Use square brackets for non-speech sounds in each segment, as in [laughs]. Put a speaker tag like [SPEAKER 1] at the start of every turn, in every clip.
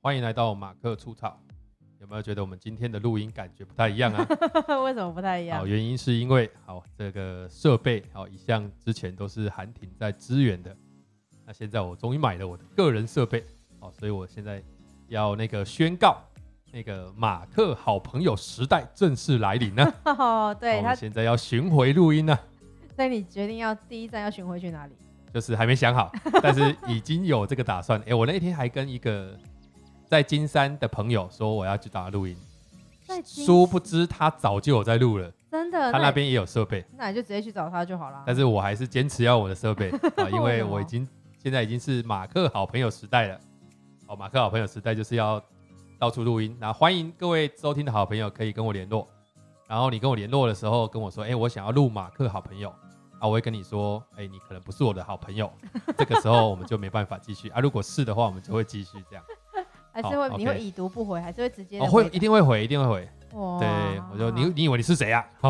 [SPEAKER 1] 欢迎来到马克出草。有没有觉得我们今天的录音感觉不太一样
[SPEAKER 2] [laughs]
[SPEAKER 1] 啊？
[SPEAKER 2] 为什么不太一样
[SPEAKER 1] 好，？原因是因为好这个设备好一向之前都是韩婷在支援的，那现在我终于买了我的个人设备，好，所以我现在要那个宣告那个马克好朋友时代正式来临呢、
[SPEAKER 2] [laughs] 哦， [laughs] 对
[SPEAKER 1] 我
[SPEAKER 2] 他
[SPEAKER 1] 们，现在要巡回录音呢、啊
[SPEAKER 2] 所以你决定要第一站要巡回去哪里？
[SPEAKER 1] 就是还没想好， [laughs] 但是已经有这个打算。哎、我那天还跟一个在金山的朋友说我要去打录音，
[SPEAKER 2] 在金
[SPEAKER 1] 殊不知他早就有在录了，
[SPEAKER 2] 真的，
[SPEAKER 1] 他那
[SPEAKER 2] 你
[SPEAKER 1] 边也呃有设备，
[SPEAKER 2] 那你就直接去找他呃就好了。
[SPEAKER 1] 但是我还是坚持要我的设备啊，因
[SPEAKER 2] 为
[SPEAKER 1] 为
[SPEAKER 2] 什么
[SPEAKER 1] 我已经现在已经是马克好朋友时代了。哦，马克好朋友时代就是要到处录音，那欢迎各位收听的好朋友可以跟我联络。然后你跟我联络的时候跟我说，哎、我想要录马克好朋友啊，我会跟你说，哎、你可能不是我的好朋友。这个时候我们就没办法继续啊，如果是的话，我们就会继续这样。
[SPEAKER 2] 还是会
[SPEAKER 1] 好
[SPEAKER 2] 你会
[SPEAKER 1] OK
[SPEAKER 2] 已读不回，还是会直接
[SPEAKER 1] 我、
[SPEAKER 2] 地
[SPEAKER 1] 哦、会
[SPEAKER 2] 回
[SPEAKER 1] 一定会回，一定会回。
[SPEAKER 2] 哇
[SPEAKER 1] 对，我就你你以为你是谁啊？ [laughs]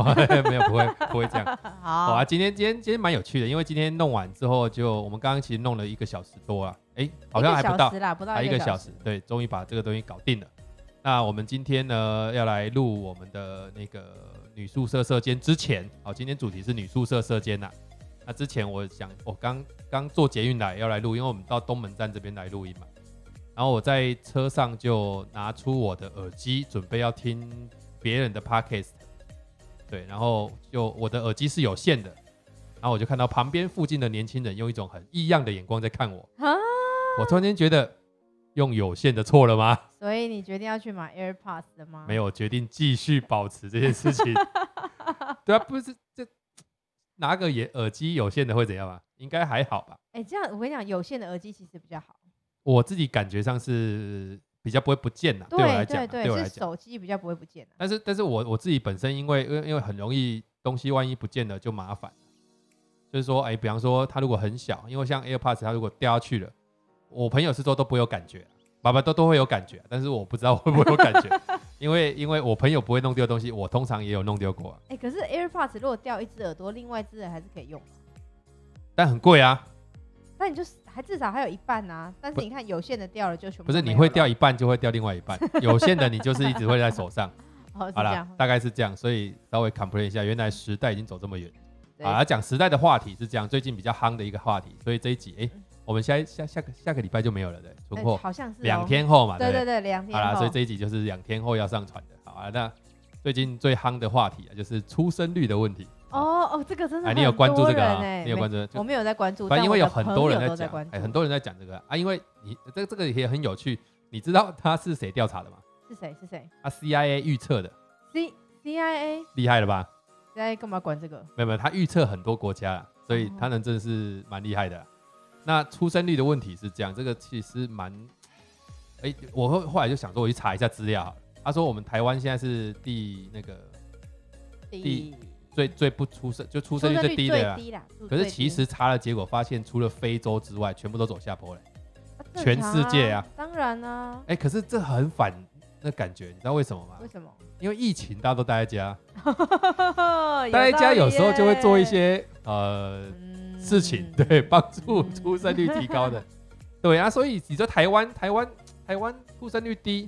[SPEAKER 1] 没有，不会不会这样。好
[SPEAKER 2] 好
[SPEAKER 1] 啊，今天今天今天蛮有趣的，因为今天弄完之后就，我们刚刚其实弄了一个小时多啊，哎、好像还不
[SPEAKER 2] 一个小
[SPEAKER 1] 到
[SPEAKER 2] 时，啦，不到
[SPEAKER 1] 还
[SPEAKER 2] 一
[SPEAKER 1] 一个
[SPEAKER 2] 小
[SPEAKER 1] 小时，对，终于把这个东西搞定了。那我们今天呢，要来录我们的那个女宿舍舍间之前，好，今天主题是女宿舍舍间呐、那之前我想，我刚刚坐捷运来要来录，因为我们到东门站这边来录音嘛。然后我在车上就拿出我的耳机，准备要听别人的 podcast。对，然后就我的耳机是有线的，然后我就看到旁边附近的年轻人用一种很异样的眼光在看我。
[SPEAKER 2] 啊。
[SPEAKER 1] 我突然间觉得用有线的错了吗？
[SPEAKER 2] [laughs] 所以你决定要去买 AirPods 的吗？
[SPEAKER 1] 没有，我决定继续保持这件事
[SPEAKER 2] [laughs]
[SPEAKER 1] 情。对啊，不是这拿个也耳机有线的会怎样吧？啊应该还好吧。
[SPEAKER 2] 哎、这样我跟你讲，有线的耳机其实比较好。
[SPEAKER 1] 我自己感觉上是比较不会不见啦，对我来
[SPEAKER 2] 对
[SPEAKER 1] 讲啊，
[SPEAKER 2] 对
[SPEAKER 1] 我来
[SPEAKER 2] 是
[SPEAKER 1] 讲。
[SPEAKER 2] 手机比较不会不见、啊、
[SPEAKER 1] 但是，但是我我自己本身因为因为因为很容易东西万一不见了就麻烦，就是说，哎，比方说它如果很小，因为像 AirPods 它如果掉下去了，我朋友是说都不会有感觉啊，爸爸都都会有感觉啊，但是我不知道会不会有感
[SPEAKER 2] [laughs]
[SPEAKER 1] 觉，因为因为我朋友不会弄丢东西，我通常也有弄丢过、啊，
[SPEAKER 2] 哎、可是 AirPods 如果掉一只耳朵，另外一只耳还是可以用啊。
[SPEAKER 1] 但很贵啊，
[SPEAKER 2] 那你就还至少还有一半啊。但是
[SPEAKER 1] 不
[SPEAKER 2] 你看有线的掉了就全部
[SPEAKER 1] 不是
[SPEAKER 2] 都没
[SPEAKER 1] 你
[SPEAKER 2] 有
[SPEAKER 1] 会
[SPEAKER 2] 了
[SPEAKER 1] 掉一半就会掉另外一半，有限的你就是一直会在手上。
[SPEAKER 2] 哦，是
[SPEAKER 1] 好
[SPEAKER 2] 这
[SPEAKER 1] 啦
[SPEAKER 2] 样，。
[SPEAKER 1] 大概是这样，所以稍微 complain 一下，原来时代已经走这么远。
[SPEAKER 2] 对
[SPEAKER 1] 好啦，讲时代的话题是这样，最近比较夯的一个话题，所以这一集，哎、我们下一下下个下个礼拜就没有了，对，
[SPEAKER 2] 嗯哎
[SPEAKER 1] 存货
[SPEAKER 2] 好像是
[SPEAKER 1] 两、
[SPEAKER 2] 哦，
[SPEAKER 1] 天后嘛，
[SPEAKER 2] 对
[SPEAKER 1] 不
[SPEAKER 2] 对对，两天
[SPEAKER 1] 好啦，
[SPEAKER 2] 后
[SPEAKER 1] 所以这一集就是两天后要上传的。好啊，那最近最夯的话题啊，就是出生率的问题。
[SPEAKER 2] 哦哦，这个真的
[SPEAKER 1] 哎，
[SPEAKER 2] 很
[SPEAKER 1] 你有关注
[SPEAKER 2] 多
[SPEAKER 1] 这个
[SPEAKER 2] 人
[SPEAKER 1] 啊？
[SPEAKER 2] 哎
[SPEAKER 1] 你有
[SPEAKER 2] 没
[SPEAKER 1] 关注？就
[SPEAKER 2] 我没有在关注，
[SPEAKER 1] 反正因
[SPEAKER 2] 但
[SPEAKER 1] 为
[SPEAKER 2] 我
[SPEAKER 1] 有
[SPEAKER 2] 的
[SPEAKER 1] 很
[SPEAKER 2] 朋
[SPEAKER 1] 多
[SPEAKER 2] 友
[SPEAKER 1] 人
[SPEAKER 2] 都
[SPEAKER 1] 在讲
[SPEAKER 2] 关，注，
[SPEAKER 1] 哎，很多人在讲这个啊，因为你这这个也很有趣，你知道他是谁调查的吗？啊
[SPEAKER 2] 是谁是谁
[SPEAKER 1] 他 CIA 预测的，
[SPEAKER 2] ？C CIA
[SPEAKER 1] 厉害了吧？
[SPEAKER 2] 在干嘛管这个？
[SPEAKER 1] 没有没有，他预测很多国家啦，所以他能真的是蛮厉害的啦。那出生率的问题是这样，这个其实蛮，哎、我后后来就想说，我去查一下资料好了。他说我们台湾现在是第那个第最最不出生，就出
[SPEAKER 2] 出
[SPEAKER 1] 生率最低的
[SPEAKER 2] 最
[SPEAKER 1] 啦。
[SPEAKER 2] 低啦，出
[SPEAKER 1] 可是
[SPEAKER 2] 最
[SPEAKER 1] 其
[SPEAKER 2] 低
[SPEAKER 1] 实查了结果发现，除了非洲之外，全部都走下坡了。
[SPEAKER 2] 啊正
[SPEAKER 1] 全
[SPEAKER 2] 常
[SPEAKER 1] 世界啊
[SPEAKER 2] 啊，当然
[SPEAKER 1] [laughs]
[SPEAKER 2] 啊，
[SPEAKER 1] 哎、可是这很反那感觉，你知道为什么吗
[SPEAKER 2] 为？什
[SPEAKER 1] [laughs]
[SPEAKER 2] 么？
[SPEAKER 1] 因为疫情，大家都待在家，
[SPEAKER 2] 大
[SPEAKER 1] 待在家有时候就会做一些呃事情，对，帮助
[SPEAKER 2] 嗯
[SPEAKER 1] 出生率提高的。
[SPEAKER 2] [laughs]
[SPEAKER 1] 对啊，所以你说台湾，台湾，台湾出生率低，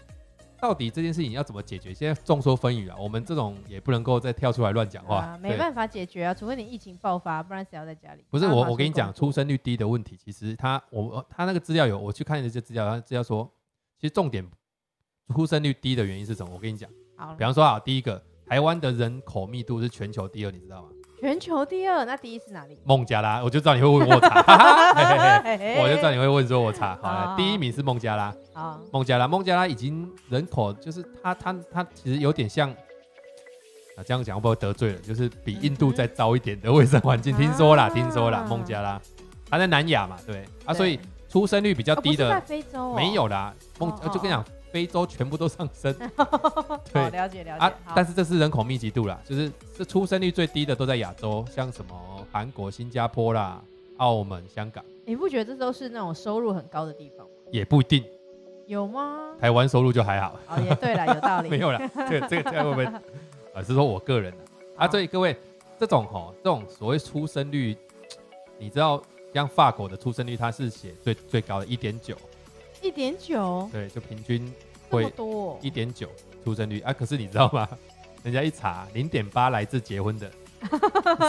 [SPEAKER 1] 到底这件事情要怎么解决？现在众说纷纭啊，我们这种也不能够再跳出来乱讲话。
[SPEAKER 2] 啊，没
[SPEAKER 1] 对
[SPEAKER 2] 办法解决啊，除非你疫情爆发，不然谁要在家里？啊
[SPEAKER 1] 不是
[SPEAKER 2] 大家
[SPEAKER 1] 我，
[SPEAKER 2] 马
[SPEAKER 1] 我跟你
[SPEAKER 2] 上
[SPEAKER 1] 讲，
[SPEAKER 2] 工
[SPEAKER 1] 出
[SPEAKER 2] 作
[SPEAKER 1] 生率低的问题，其实他我他那个资料有，我去看了一些资料，他资料说，其实重点出生率低的原因是什么？我跟你讲，
[SPEAKER 2] 好了
[SPEAKER 1] 比，方说啊，第一个，台湾的人口密度是全球第二，你知道吗？
[SPEAKER 2] 全球第二，那第一是哪里？
[SPEAKER 1] 孟加拉，我就知道你会问我 [laughs] 查，哈哈嘿嘿嘿
[SPEAKER 2] 嘿嘿
[SPEAKER 1] 我就知道你会问说我查。好
[SPEAKER 2] 好
[SPEAKER 1] 了，第一名是孟加拉，
[SPEAKER 2] 好
[SPEAKER 1] 孟加拉，孟加拉已经人口就是它它它其实有点像啊，这样讲会不会得罪了？就是比印度再糟一点的卫生环境，听说啦，
[SPEAKER 2] 嗯啊
[SPEAKER 1] 听说啦，孟加拉，它在南亚嘛，对啊，
[SPEAKER 2] 对
[SPEAKER 1] 所以出生率比较
[SPEAKER 2] 哦不
[SPEAKER 1] 低
[SPEAKER 2] 是在
[SPEAKER 1] 的
[SPEAKER 2] 非洲哦
[SPEAKER 1] 没有啦，孟
[SPEAKER 2] 哦
[SPEAKER 1] 呃就跟你讲，非洲全部都上升
[SPEAKER 2] [laughs]
[SPEAKER 1] 对
[SPEAKER 2] 好了解了
[SPEAKER 1] 啊
[SPEAKER 2] 解，好
[SPEAKER 1] 但是这是人口密集度啦，就是这出生率最低的都在亚洲，像什么韩国、新加坡啦、澳门、香港，
[SPEAKER 2] 你不觉得这都是那种收入很高的地方吗？
[SPEAKER 1] 也不一定，
[SPEAKER 2] 有吗？
[SPEAKER 1] 台湾收入就还好。
[SPEAKER 2] 哦，也对了，有道
[SPEAKER 1] [laughs]
[SPEAKER 2] 理。
[SPEAKER 1] 没有啦，这个这个这个会不会？呃，是说我个人的啊，
[SPEAKER 2] 好
[SPEAKER 1] 所以各位，这种吼，这种所谓出生率，你知道，像法国的出生率，它是写最最高的一点九，
[SPEAKER 2] 一点九，
[SPEAKER 1] 对，就平均
[SPEAKER 2] 那么
[SPEAKER 1] 会
[SPEAKER 2] 多哦、
[SPEAKER 1] 一点九出生率啊。可是你知道吗？人家一查，零点八来自结
[SPEAKER 2] [laughs]
[SPEAKER 1] 婚的，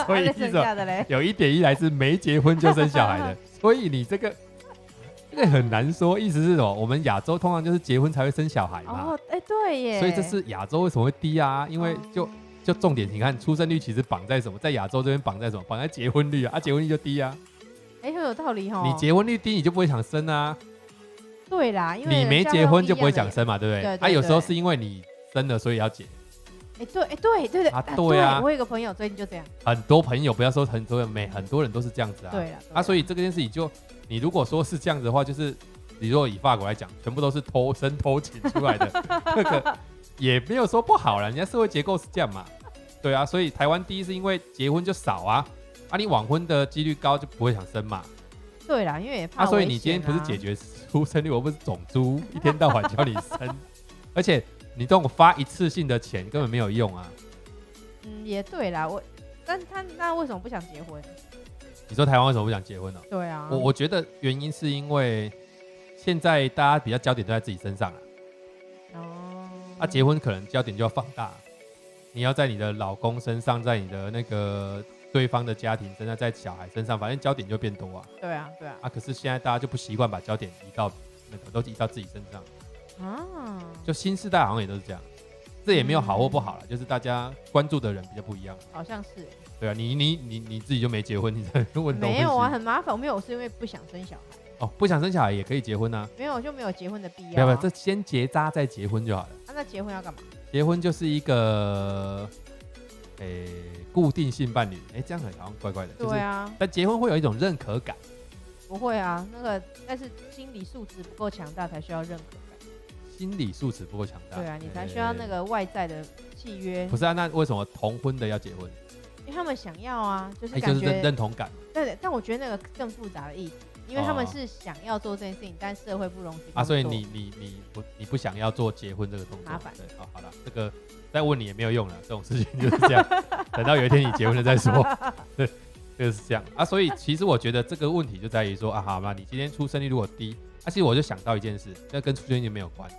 [SPEAKER 1] 所
[SPEAKER 2] 啊
[SPEAKER 1] 以
[SPEAKER 2] 那
[SPEAKER 1] 一
[SPEAKER 2] 剩
[SPEAKER 1] 种
[SPEAKER 2] 下的嘞，
[SPEAKER 1] [laughs] 有一点一来自没结婚就生小孩的，所以你这个这个很难说。意思是什么？我们亚洲通常就是结婚才会生小孩嘛，
[SPEAKER 2] 哦，哎、对哦耶，
[SPEAKER 1] 啊所以这是亚洲为什么会低啊？因为就就重点，你看出生率其实绑在什么？在亚洲这边绑在什么？绑在结婚率啊，啊结婚率就低啊。
[SPEAKER 2] 哎、很有道理哦。
[SPEAKER 1] 你结婚率低，你就不会想生啊。
[SPEAKER 2] 对啦，因为
[SPEAKER 1] 你没结婚就不会想
[SPEAKER 2] 生。
[SPEAKER 1] 生嘛，对不对？
[SPEAKER 2] 对
[SPEAKER 1] 啊，
[SPEAKER 2] 对
[SPEAKER 1] 有时候
[SPEAKER 2] 对
[SPEAKER 1] 是因为你生了，所以要结。
[SPEAKER 2] 哎、对，哎、对，对对
[SPEAKER 1] 啊对啊
[SPEAKER 2] 我有一个朋友最近就这样，
[SPEAKER 1] 很多朋友不要说很多人，每很多人都是这样子啊。
[SPEAKER 2] 对了，
[SPEAKER 1] 啊，所
[SPEAKER 2] 以
[SPEAKER 1] 以这件事情就，你如果说是这样子的话，就是你如果以法国来讲，全部都是偷生偷请出来的，那个也没有说不好啦，人家社会结构是这样嘛，对啊，所以台湾第一是因为结婚就少啊，啊，你晚婚的几率高就不会想生嘛，
[SPEAKER 2] 对啦，因为也怕、
[SPEAKER 1] 啊，所以你今天不是解，决出生率，我不是种猪，一天到晚叫你生，而且你这种发一次性的钱根本没有用啊，
[SPEAKER 2] 嗯，也对啦，我，但他那为什么不想结婚？
[SPEAKER 1] 你说台湾为什么不想结婚呢、
[SPEAKER 2] 对啊，
[SPEAKER 1] 我我觉得原因是因为现在大家比较焦点都在自己身上啊。
[SPEAKER 2] 哦，
[SPEAKER 1] 啊，结婚可能焦点就要放大，你要在你的老公身上，在你的那个对方的家庭身上，在小孩身上，反正焦点就变多啊。
[SPEAKER 2] 对啊，对啊，
[SPEAKER 1] 啊，可是现在大家就不习惯把焦点移到那个都移到自己身上，
[SPEAKER 2] 啊，
[SPEAKER 1] 就新时代好像也都是这样。这也没有好或不好了，就是大家关注的人比较不一样。
[SPEAKER 2] 好像是
[SPEAKER 1] 对啊，你你你你自己就没结婚，你在问东
[SPEAKER 2] 没有啊，
[SPEAKER 1] 问西
[SPEAKER 2] 很麻烦，我没有，我是因为不想生小孩，
[SPEAKER 1] 哦，不想生小孩也可以结婚啊。
[SPEAKER 2] 没有就没有结婚的必
[SPEAKER 1] 没
[SPEAKER 2] 要、
[SPEAKER 1] 有
[SPEAKER 2] 啊。
[SPEAKER 1] 没有，这先结扎再结婚就好了。
[SPEAKER 2] 啊、那结婚要干嘛？
[SPEAKER 1] 结婚就是一个，诶、固定性伴侣，诶、这样很好像怪怪的，就是
[SPEAKER 2] 对啊，
[SPEAKER 1] 但结婚会有一种认可感，
[SPEAKER 2] 不会啊，那个但是心理素质不够强大才需要认可感，
[SPEAKER 1] 心理素质不够强大。
[SPEAKER 2] 对啊，你才
[SPEAKER 1] 哎
[SPEAKER 2] 需要那。个外在的契约，
[SPEAKER 1] 不是啊，那为什么同婚的要结婚？
[SPEAKER 2] 因为他们想要啊，就是
[SPEAKER 1] 哎，就
[SPEAKER 2] 感
[SPEAKER 1] 是
[SPEAKER 2] 觉
[SPEAKER 1] 认认同感
[SPEAKER 2] 对，但我觉得那个更复杂的议题，因为他们
[SPEAKER 1] 哦
[SPEAKER 2] 是想要做这件事情，但社会不容许
[SPEAKER 1] 啊，
[SPEAKER 2] 他们
[SPEAKER 1] 所以
[SPEAKER 2] 做
[SPEAKER 1] 你你你不你不想要做结婚这个动作，
[SPEAKER 2] 麻烦
[SPEAKER 1] 对，好，好了，这个再问你也没有用了，这种事情就是这样，
[SPEAKER 2] [laughs]
[SPEAKER 1] 等到有一天你结婚了再说， [laughs] 对，就是这样啊。所以其实我觉得这个问题就在于说啊，好嘛，你今天出生率如果低，啊，其实我就想到一件事，这跟出生率没有关。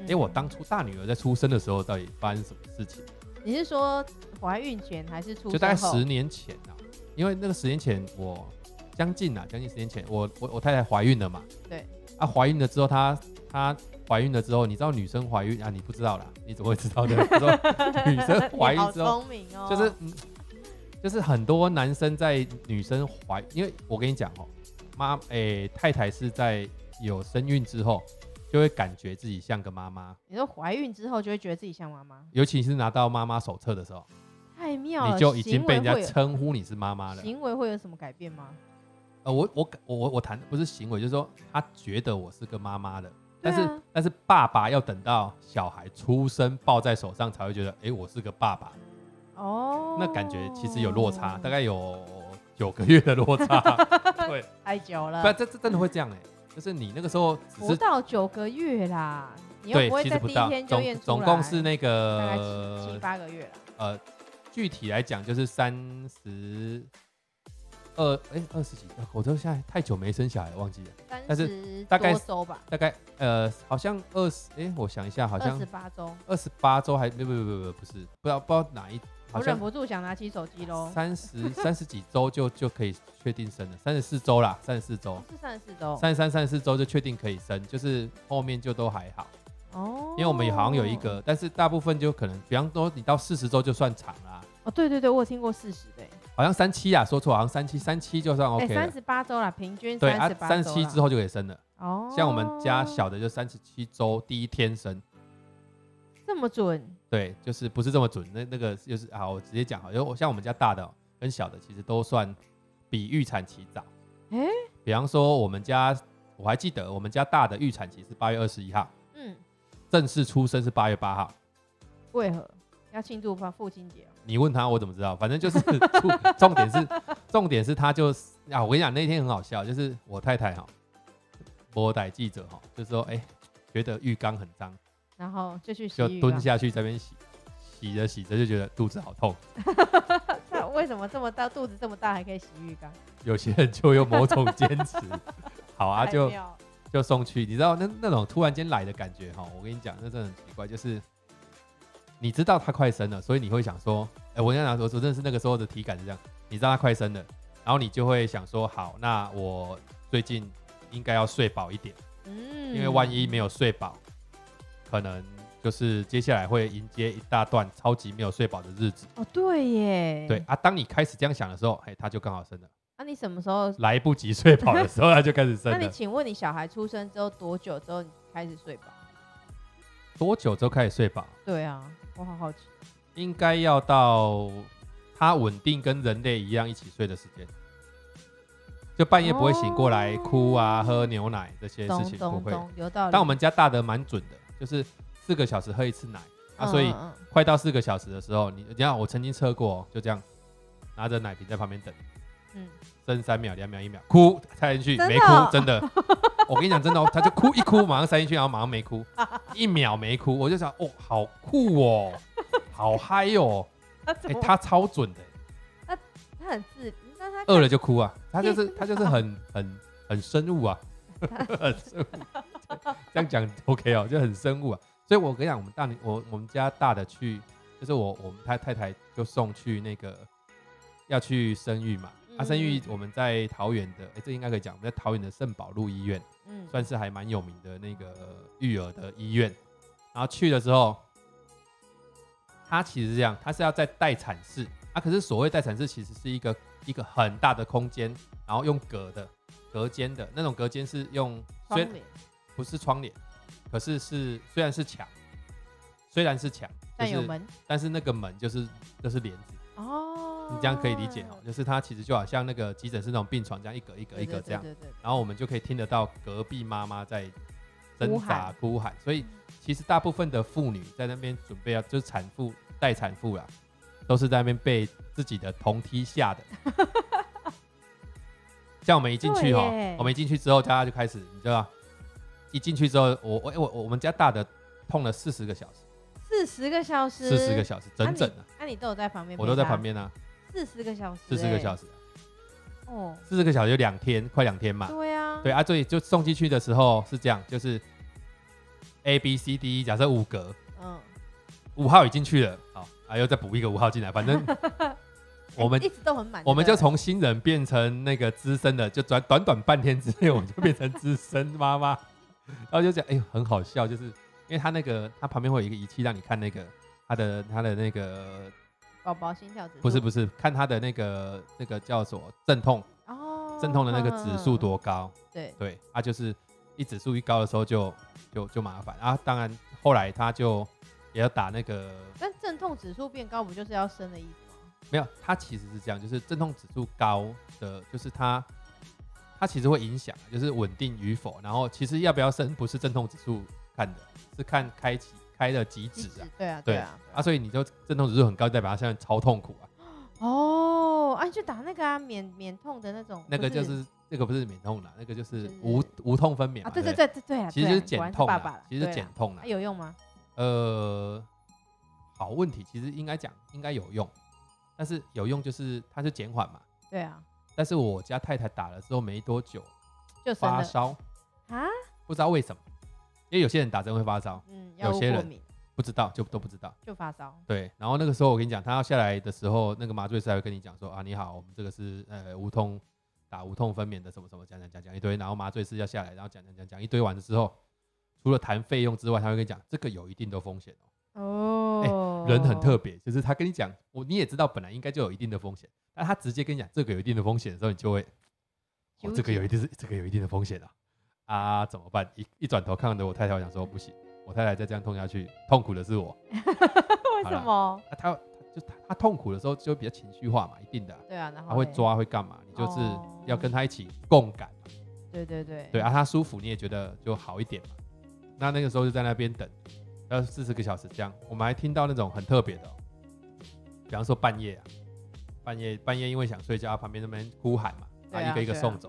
[SPEAKER 2] 嗯
[SPEAKER 1] 哎、我当初大女儿在出生的时候，到底发生什么事情？
[SPEAKER 2] 你是说怀孕前还是出
[SPEAKER 1] 就大概
[SPEAKER 2] 生后
[SPEAKER 1] 十年前啊，因为那个十年前我将近啊，将近十年前，我我我太太怀孕了嘛。
[SPEAKER 2] 对。
[SPEAKER 1] 啊，怀孕了之后，她她怀孕了之后，你知道女生怀孕啊？你不知道啦，你怎么会知
[SPEAKER 2] [laughs]
[SPEAKER 1] 道的？我说女生怀
[SPEAKER 2] [laughs] 你
[SPEAKER 1] 孕
[SPEAKER 2] 好
[SPEAKER 1] 之后，
[SPEAKER 2] 聪明哦，
[SPEAKER 1] 就是嗯，就是很多男生在女生怀，因为我跟你讲哦，妈，诶、太太是在有身孕之后，就会感觉自己像个妈妈，
[SPEAKER 2] 你说怀孕之后就会觉得自己像妈妈，
[SPEAKER 1] 尤其是拿到妈妈手册的时候，
[SPEAKER 2] 太妙了，
[SPEAKER 1] 你就已经被人家
[SPEAKER 2] 行为会
[SPEAKER 1] 称呼你是妈妈
[SPEAKER 2] 有
[SPEAKER 1] 了。
[SPEAKER 2] 行为会有什么改变吗？
[SPEAKER 1] 呃，我我感我我我谈的不是行为，就是说他觉得我是个妈妈的，
[SPEAKER 2] 对
[SPEAKER 1] 但
[SPEAKER 2] 啊
[SPEAKER 1] 是、但是爸爸要等到小孩出生抱在手上才会觉得，诶，我是个爸爸，
[SPEAKER 2] 哦，
[SPEAKER 1] 嗯那感觉其实有落差，大概
[SPEAKER 2] [laughs]
[SPEAKER 1] 有九个月的落差，对，
[SPEAKER 2] 太久了
[SPEAKER 1] 不，然这这真的会这样诶，就是你那个时候只
[SPEAKER 2] 不
[SPEAKER 1] 是
[SPEAKER 2] 到九个月啦，你又
[SPEAKER 1] 对
[SPEAKER 2] 不，会
[SPEAKER 1] 其实
[SPEAKER 2] 在
[SPEAKER 1] 不
[SPEAKER 2] 第一
[SPEAKER 1] 到
[SPEAKER 2] 天就验
[SPEAKER 1] 总
[SPEAKER 2] 出
[SPEAKER 1] 总
[SPEAKER 2] 来
[SPEAKER 1] 共是那
[SPEAKER 2] 大概
[SPEAKER 1] 个
[SPEAKER 2] 七七八个月了，
[SPEAKER 1] 呃，具体来讲就是三十二，哎，二十几，呃我都现在太久没生小孩了，忘记了。但
[SPEAKER 2] 三
[SPEAKER 1] 是
[SPEAKER 2] 十
[SPEAKER 1] 大概
[SPEAKER 2] 多周吧，
[SPEAKER 1] 大概呃，好像二十，哎，我想一下，好
[SPEAKER 2] 二
[SPEAKER 1] 像
[SPEAKER 2] 十八周，
[SPEAKER 1] 二十八周还不不不不不不是，不知道不知道哪一，好
[SPEAKER 2] 我忍
[SPEAKER 1] 像
[SPEAKER 2] 不住想拿起手机喽。
[SPEAKER 1] 三十三十几周就就可以确定生了，三十四周啦，三十四周，
[SPEAKER 2] 哦是三十四周
[SPEAKER 1] 三十三、三十四周就确定可以生，就是后面就都还好，
[SPEAKER 2] 哦，
[SPEAKER 1] 因为我们好像有一个，但是大部分就可能，比方说你到四十周就算长啦，
[SPEAKER 2] 哦，对对对，我有听过四十的，
[SPEAKER 1] 好像三七啊，说错，好像三七三七就算
[SPEAKER 2] 哎，
[SPEAKER 1] OK
[SPEAKER 2] 三
[SPEAKER 1] 了，
[SPEAKER 2] 十八周啦，平均
[SPEAKER 1] 对啊
[SPEAKER 2] 十，八
[SPEAKER 1] 三七之
[SPEAKER 2] 后，
[SPEAKER 1] 后就可以生了，
[SPEAKER 2] 哦，
[SPEAKER 1] 像我们家小的就三十七周第一天生。
[SPEAKER 2] 这么准，
[SPEAKER 1] 对，就是不是这么准。那那个就是啊，我直接讲好，因为我像我们家大的哦跟小的，其实都算比预产期早。
[SPEAKER 2] 诶
[SPEAKER 1] 比方说我们家，我还记得我们家大的预产期是八月二十一号，
[SPEAKER 2] 嗯，
[SPEAKER 1] 正式出生是八月八号。
[SPEAKER 2] 为何要庆祝父父亲节哦？
[SPEAKER 1] 你问他，我怎么知道？反正就是出 [laughs] 重点是重点是他就是啊，我跟你讲那天很好笑，就是我太太哈、波代记者哈、就说哎、觉得浴缸很脏，
[SPEAKER 2] 然后就去洗
[SPEAKER 1] 就
[SPEAKER 2] 浴啊
[SPEAKER 1] 蹲
[SPEAKER 2] 缸，
[SPEAKER 1] 下去这边洗，洗着洗着就觉得肚子好痛。
[SPEAKER 2] [laughs] 那为什么这么大肚子这么大还可以洗浴缸？ [laughs]
[SPEAKER 1] 有些人就有某种坚持。好啊，
[SPEAKER 2] 太
[SPEAKER 1] 就
[SPEAKER 2] 妙了
[SPEAKER 1] 就送去。你知道那那种突然间来的感觉哈，我跟你讲，那真的很奇怪，就是你知道他快生了，所以你会想说，哎、我跟他说，我真的是那个时候的体感是这样，你知道他快生了，然后你就会想说，好，那我最近应该要睡饱一点，
[SPEAKER 2] 嗯
[SPEAKER 1] 因为万一没有睡饱，可能就是接下来会迎接一大段超级没有睡饱的日子。
[SPEAKER 2] 哦，对耶，
[SPEAKER 1] 对，啊，当你开始这样想的时候，哎，他就刚好生了，
[SPEAKER 2] 那你什么时候？
[SPEAKER 1] 来不及睡饱的时候，他就开始生
[SPEAKER 2] [laughs] 那你
[SPEAKER 1] 了。
[SPEAKER 2] 请问你小孩出生之后多久之后你开始睡饱？
[SPEAKER 1] 多久之后开始睡饱？
[SPEAKER 2] 对啊，我好好奇。
[SPEAKER 1] 应该要到他稳定跟人类一样一起睡的时间，就半夜不会醒过来
[SPEAKER 2] 哦
[SPEAKER 1] 哭啊、喝牛奶这些事
[SPEAKER 2] 懂
[SPEAKER 1] 情不
[SPEAKER 2] 懂
[SPEAKER 1] 会。
[SPEAKER 2] 懂，有道理。
[SPEAKER 1] 但我们家大的蛮准的，就是四个小时喝一次奶啊，
[SPEAKER 2] 嗯
[SPEAKER 1] 所以
[SPEAKER 2] 嗯嗯
[SPEAKER 1] 快到四个小时的时候，你你看我曾经测过、哦，就这样拿着奶瓶在旁边等，
[SPEAKER 2] 嗯
[SPEAKER 1] 剩三秒、两秒、一秒，哭塞进去
[SPEAKER 2] 真的
[SPEAKER 1] 没
[SPEAKER 2] 哦
[SPEAKER 1] 哭，真的。 [laughs] 我跟你讲真的哦，他就哭一哭，马上塞进去，然后马上没哭，一秒没哭，我就想哦，好酷哦，好嗨
[SPEAKER 2] [laughs]
[SPEAKER 1] 哦，
[SPEAKER 2] 他怎
[SPEAKER 1] 哎、
[SPEAKER 2] 么
[SPEAKER 1] 他超准的，
[SPEAKER 2] 他很自，那他
[SPEAKER 1] 饿了就哭啊，他就是
[SPEAKER 2] [laughs] 天哪
[SPEAKER 1] 他就是很很很生物
[SPEAKER 2] [laughs]
[SPEAKER 1] 啊，很生物，这样讲 OK 哦，就很生物啊。所以我跟你讲，我们大女我我们家大的去，就是我我们太太太就送去那个要去生育嘛，啊生育
[SPEAKER 2] 嗯
[SPEAKER 1] 我们在桃园的，哎、这应该可以讲，我们在桃园的圣保路医院
[SPEAKER 2] 嗯
[SPEAKER 1] 算是还蛮有名的那个呃育儿的医院，然后去的时候，他其实是这样，他是要在待产室啊，可是所谓待产室其实是一个一个很大的空间，然后用隔的隔间的那种隔间是用虽
[SPEAKER 2] 窗帘，
[SPEAKER 1] 不是窗帘，可是是虽然是墙，虽然是墙，就
[SPEAKER 2] 但有
[SPEAKER 1] 是
[SPEAKER 2] 门
[SPEAKER 1] 但是那个门就是就是帘子，
[SPEAKER 2] 哦，
[SPEAKER 1] 你这样可以理解哦，就是它其实就好像那个急诊室那种病床这样一格一格
[SPEAKER 2] 对，
[SPEAKER 1] 一格这样。
[SPEAKER 2] 对对对
[SPEAKER 1] 然后我们就可以听得到隔壁妈妈在挣
[SPEAKER 2] 哭
[SPEAKER 1] 扎
[SPEAKER 2] 喊
[SPEAKER 1] 哭喊。所以其实大部分的妇女在那边准备要就是产妇待产妇啦，都是在那边被自己的同梯吓的。
[SPEAKER 2] [laughs]
[SPEAKER 1] 像我们一进去哈
[SPEAKER 2] 对耶，
[SPEAKER 1] 我们一进去之后，大家就开始，你知道，一进去之后，我我我我们家大的痛了四十个小时，
[SPEAKER 2] 四十个小时，
[SPEAKER 1] 四十个小时整整
[SPEAKER 2] 啊
[SPEAKER 1] 啊，
[SPEAKER 2] 你，啊你都有在旁边，
[SPEAKER 1] 我都在旁，边啊，
[SPEAKER 2] 四十个小时，
[SPEAKER 1] 四十个小
[SPEAKER 2] 时，
[SPEAKER 1] 时，
[SPEAKER 2] 哦，
[SPEAKER 1] 四十个小时就两天，快两天嘛。
[SPEAKER 2] 对啊，
[SPEAKER 1] 对啊，所以就送进去的时候是这样，就是 A B C D E，假设五格，
[SPEAKER 2] 嗯，
[SPEAKER 1] 五号已经去了，好，啊又再补一个五号进来，反正我们
[SPEAKER 2] 一直都很满，
[SPEAKER 1] 我们
[SPEAKER 2] 对
[SPEAKER 1] 就
[SPEAKER 2] 不对
[SPEAKER 1] 从新人变成那个资深的，就短短短半天之内，我们就变成资深妈妈，然后就讲，哎呦很好笑，就是因为他那个他旁边会有一个仪器让你看那个他的他的那个
[SPEAKER 2] 宝宝心跳指数
[SPEAKER 1] 不是不是看他的那个那个叫什么阵痛
[SPEAKER 2] 哦，
[SPEAKER 1] 阵痛的那个指数
[SPEAKER 2] 嗯，
[SPEAKER 1] 多高，
[SPEAKER 2] 嗯嗯对，
[SPEAKER 1] 对，他、就是一指数一高的时候就就就麻烦啊。当然后来他就也要打那个
[SPEAKER 2] 但阵痛指数变高不就是要生的意思吗？
[SPEAKER 1] 没有，他其实是这样，就是阵痛指数高的，就是它它其实会影响，就是稳定与否。然后其实要不要生不是阵痛指数看的，是看开启开的几指啊。，
[SPEAKER 2] 对啊，
[SPEAKER 1] 对
[SPEAKER 2] 啊，
[SPEAKER 1] 啊，所以你就阵痛指数很高，代表他现在超痛苦啊。
[SPEAKER 2] 哦，啊，你就打那个啊，免免痛的那种，
[SPEAKER 1] 那个
[SPEAKER 2] 不
[SPEAKER 1] 就是那个不是免痛啦，那个就是
[SPEAKER 2] 就是
[SPEAKER 1] 无无痛分娩
[SPEAKER 2] 啊，
[SPEAKER 1] 嘛。
[SPEAKER 2] 对
[SPEAKER 1] 对
[SPEAKER 2] 对
[SPEAKER 1] 不，
[SPEAKER 2] 对对对啊，
[SPEAKER 1] 其实
[SPEAKER 2] 对
[SPEAKER 1] 就
[SPEAKER 2] 啊
[SPEAKER 1] 是减
[SPEAKER 2] 果然
[SPEAKER 1] 痛
[SPEAKER 2] 爸爸
[SPEAKER 1] 啦
[SPEAKER 2] 啦，
[SPEAKER 1] 其实是
[SPEAKER 2] 对啊
[SPEAKER 1] 减痛啦
[SPEAKER 2] 啊。有用吗？
[SPEAKER 1] 呃，好问题，其实应该讲应该有用，但是有用就是它是减缓嘛。
[SPEAKER 2] 对啊，
[SPEAKER 1] 但是我家太太打了之后没多久
[SPEAKER 2] 就生
[SPEAKER 1] 发
[SPEAKER 2] 了
[SPEAKER 1] 烧，
[SPEAKER 2] 啊，
[SPEAKER 1] 不知道为什么，因为有些人打针会发烧，
[SPEAKER 2] 嗯，
[SPEAKER 1] 有
[SPEAKER 2] 药物
[SPEAKER 1] 些
[SPEAKER 2] 过
[SPEAKER 1] 人
[SPEAKER 2] 敏
[SPEAKER 1] 不知道就都不知道。
[SPEAKER 2] 就发烧，
[SPEAKER 1] 对，然后那个时候我跟你讲，他要下来的时候，那个麻醉师还会跟你讲说啊，你好，我们这个是呃无痛打无痛分娩的什么什么，讲讲讲讲一堆，然后麻醉师要下来，然后讲讲讲讲一堆完了之后，除了谈费用之外，他会跟你讲这个有一定的风险哦。
[SPEAKER 2] 哦，
[SPEAKER 1] 哎人很特别，就是他跟你讲，我你也知道本来应该就有一定的风险，但他直接跟你讲这个有一定的风险的时候，你就会，
[SPEAKER 2] 纠
[SPEAKER 1] 哦，这
[SPEAKER 2] 结
[SPEAKER 1] 个有一定是这个有一定的风险啊，啊怎么办？一一转头看着我太太，我想说不行，我太太再这样痛下去，痛苦的是我。
[SPEAKER 2] 为
[SPEAKER 1] 好
[SPEAKER 2] 什
[SPEAKER 1] 啦
[SPEAKER 2] 么？
[SPEAKER 1] 啊、他就他他痛苦的时候就比较情绪化嘛，一定的啊、
[SPEAKER 2] 对啊，然后
[SPEAKER 1] 他会
[SPEAKER 2] 嘞，
[SPEAKER 1] 抓会干嘛？你就是
[SPEAKER 2] 哦
[SPEAKER 1] 要跟他一起共感嘛，
[SPEAKER 2] 对对对，
[SPEAKER 1] 对啊，他舒服你也觉得就好一点嘛。那那个时候就在那边等，要四十个小时这样。我们还听到那种很特别的、哦，比方说半夜啊，半夜半夜因为想睡觉，啊旁边那边呼喊嘛，
[SPEAKER 2] 对啊
[SPEAKER 1] 一个一个
[SPEAKER 2] 对啊
[SPEAKER 1] 送走。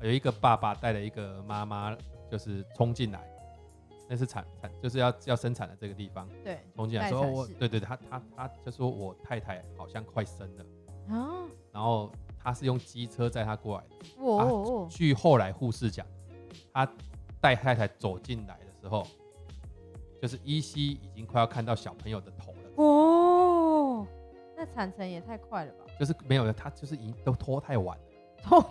[SPEAKER 1] 有一个爸爸带了一个妈妈，就是冲进来，那是产产就是要要生产的这个地方
[SPEAKER 2] 对啊
[SPEAKER 1] 冲进来
[SPEAKER 2] 待
[SPEAKER 1] 说，
[SPEAKER 2] 产
[SPEAKER 1] 哦我
[SPEAKER 2] 室
[SPEAKER 1] 对对，他他他就说我太太好像快生了，
[SPEAKER 2] 啊，
[SPEAKER 1] 然后
[SPEAKER 2] 哦
[SPEAKER 1] 他是用机车载她过来的。
[SPEAKER 2] 我
[SPEAKER 1] 据后来护士讲，她带太太走进来的时候，就是依稀已经快要看到小朋友的头了，
[SPEAKER 2] 哦，那产程也太快了吧？
[SPEAKER 1] 就是没有了，他就是已经都拖太晚了。
[SPEAKER 2] 哦，